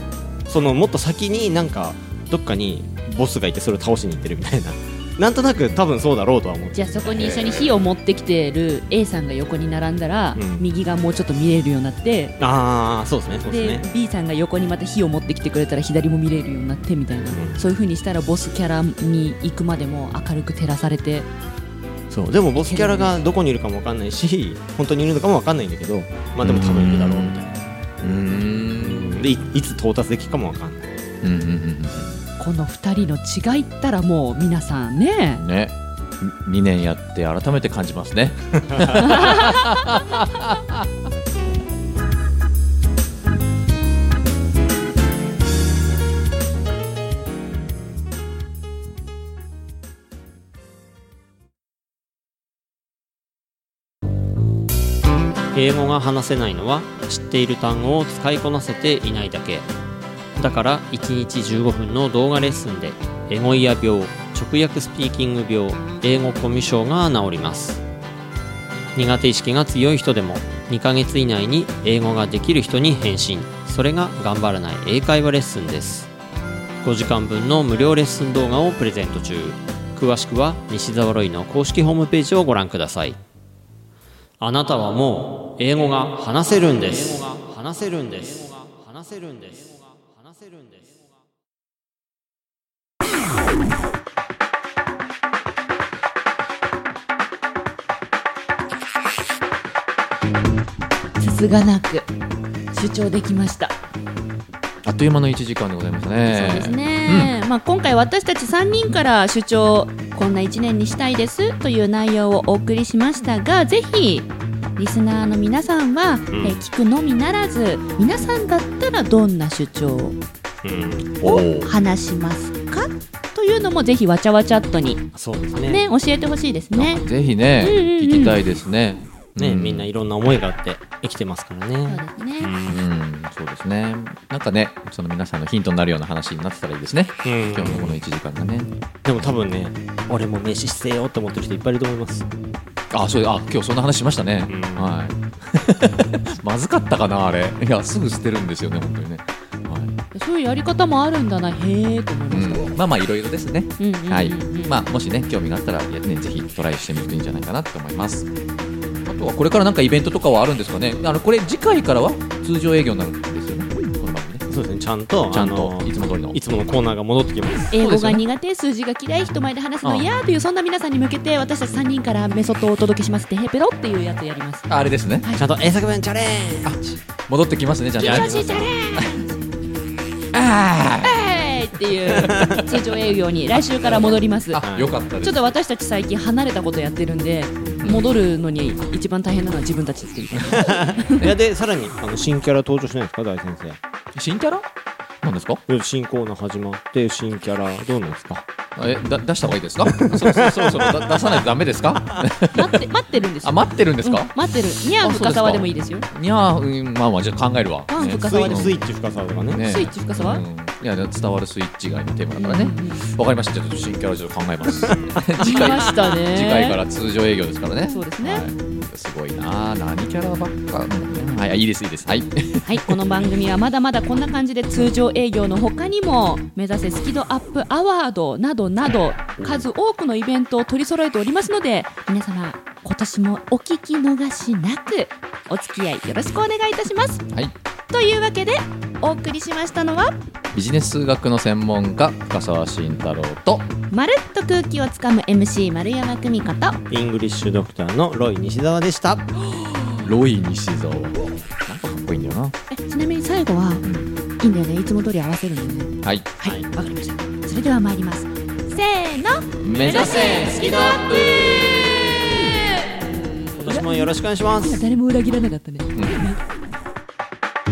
Speaker 3: そのもっと先になんかどっかにボスがいてそれを倒しに行ってるみたいな (laughs) なんとなく多分そうだろうとは思って
Speaker 2: じゃあそこに一緒に火を持ってきてる A さんが横に並んだら、
Speaker 3: うん
Speaker 2: 右がもうちょっと見えるようになって
Speaker 3: ああそうですねそう
Speaker 2: で
Speaker 3: ですね
Speaker 2: B さんが横にまた火を持ってきてくれたら左も見れるようになってみたいな、
Speaker 3: うん
Speaker 2: そういうふうにしたらボスキャラに行くまでも明るく照らされて
Speaker 3: そうでもボスキャラがどこにいるかもわかんないし本当にいるのかもわかんないんだけどまあでも多分いるだろうみたいな
Speaker 1: うーん
Speaker 3: でいいつ到達できるかもわかんない
Speaker 1: うんうんうん
Speaker 2: この2人の違いったらもう皆さんね
Speaker 1: うんね2年やって改めて感じますね
Speaker 3: 英語が話せないのは知っている単語を使いこなせていないだけだから1日15分の動画レッスンでエゴイヤ病直訳スピーキング病英語コミュ障が治ります苦手意識が強い人でも2ヶ月以内に英語ができる人に返信それが頑張らない英会話レッスンです5時間分の無料レッスン動画をプレゼント中詳しくは西澤ロイの公式ホームページをご覧くださいあなたはもう英語が話せるんです。話せるんです。話せるんです。話せるんです。
Speaker 2: つがなく主張できました、
Speaker 1: あっという間の1時間でございましたね。
Speaker 2: そうですね、まあ、今回私たち3人から主張こんな1年にしたいですという内容をお送りしましたがぜひリスナーの皆さんは、えー聞くのみならず皆さんだったらどんな主張
Speaker 3: う
Speaker 2: を
Speaker 3: ん、
Speaker 2: 話しますかというのもぜひわちゃわちゃっとに、
Speaker 3: そうですね。
Speaker 2: ね、教えてほしいですね。
Speaker 1: ぜひね、
Speaker 2: うんうんうん
Speaker 1: 聞きたいですね。
Speaker 3: ね、
Speaker 1: う
Speaker 3: みんないろんな思いがあって生きてますから
Speaker 2: そう
Speaker 3: ね。
Speaker 2: ですね、
Speaker 1: うん、そうですね。なんかね、その皆さんのヒントになるような話になってたらいいですね。
Speaker 3: うん
Speaker 1: 今日のこの1時間がね。
Speaker 3: でも多分ね、俺も名刺してよって思ってる人いっぱいいると思います。
Speaker 1: あ、そうあ、今日そんな話しましたね。
Speaker 3: うん
Speaker 1: はい。 (laughs) まずかったかな、あれ。いや、すぐ捨てるんですよね、本当にね。は
Speaker 4: そういうやり方もあるんだなへえと思いま
Speaker 1: い。
Speaker 4: した、
Speaker 1: うん、まあまあ、いろいろですね。
Speaker 4: うんうんうんうん
Speaker 1: はい、まあ、もしね、興味があったら、いやね、ぜひトライしてみるといいんじゃないかなと思います。あとは、これからなんかイベントとかはあるんですかね。あの、これ次回からは通常営業になるんですよね。この番組ね。
Speaker 3: そうですね、ちゃんと、
Speaker 1: ちゃん
Speaker 3: あの
Speaker 1: といつも通りの。
Speaker 3: いつものコーナーが戻ってきます。
Speaker 2: 英語
Speaker 1: そう
Speaker 2: が
Speaker 1: です
Speaker 2: 苦手、数字が嫌い、人前で話すの
Speaker 1: ああ
Speaker 2: 嫌というそんな皆さんに向けて私たち3人からメソッドをお届けしますってヘペロっていうやつやります。
Speaker 1: ああれですね。
Speaker 3: ちゃんと英作文チャレンジ
Speaker 1: 戻ってきますね、ちゃんとね。
Speaker 3: いや
Speaker 2: よしじゃれえいっていう通常営業に来週から戻ります。ち
Speaker 1: あ、よかったです。
Speaker 2: ょっと私たち最近離れたことやってるんで戻るのに一番大変なのは自分たちですみたいな。
Speaker 3: いやでさらにあの新キャラ登場しないですか大先
Speaker 1: 新キャラなんですか
Speaker 3: 生新コーナー始まって新キャラどうなんですか
Speaker 1: えだ出した方がいいですか (laughs) そそそろそろだ出さないとダメですか
Speaker 2: (laughs) 待って待ってるんです
Speaker 1: あ
Speaker 2: よ。
Speaker 1: 待ってるんですか
Speaker 2: うん、待ってる。ニャン深沢でもいいですよ。
Speaker 1: いやーうんまあまあじゃあ考えるわ
Speaker 2: パン
Speaker 1: ね
Speaker 2: 深
Speaker 3: スイ
Speaker 2: 沢
Speaker 1: でも
Speaker 3: スイッチ深沢とかね
Speaker 1: ね
Speaker 2: スイッチ深沢
Speaker 1: うんいや伝わるスイッチが今テーマだからねわかりましたじゃあちょっと新キャラちょっと考えます次
Speaker 4: 来ま
Speaker 1: 回
Speaker 4: したね
Speaker 1: (laughs) 次回から通常営業ですからね
Speaker 2: そうですね
Speaker 1: はいすごいなー何キャラばっかうんはいいいですいいですはい
Speaker 2: はい、この番組はまだまだこんな感じで通常営業の他にも目指せスキドアップアワードなどなど数多くのイベントを取り揃えておりますので皆様今年もお聞き逃しなくお付き合いよろしくお願いいたします
Speaker 1: はい
Speaker 2: というわけでお送りしましたのは
Speaker 1: ビジネス数学の専門家深澤慎太郎と
Speaker 2: まるっと空気をつかむ MC 丸山久美子と
Speaker 3: イングリッシュドクターのロイ西澤でした
Speaker 1: ロイ西澤なんかかっこいいんだよな
Speaker 2: えちなみに最後は
Speaker 1: ん
Speaker 2: いいんだよねいつも通り合わせるんだ
Speaker 1: は
Speaker 2: よね
Speaker 1: い
Speaker 2: はいわかりましたそれでは参りますせーの
Speaker 1: 目指せ
Speaker 2: スキドアップ
Speaker 3: 今年もよろしくお願いします
Speaker 4: 誰も裏切らなかったね
Speaker 1: う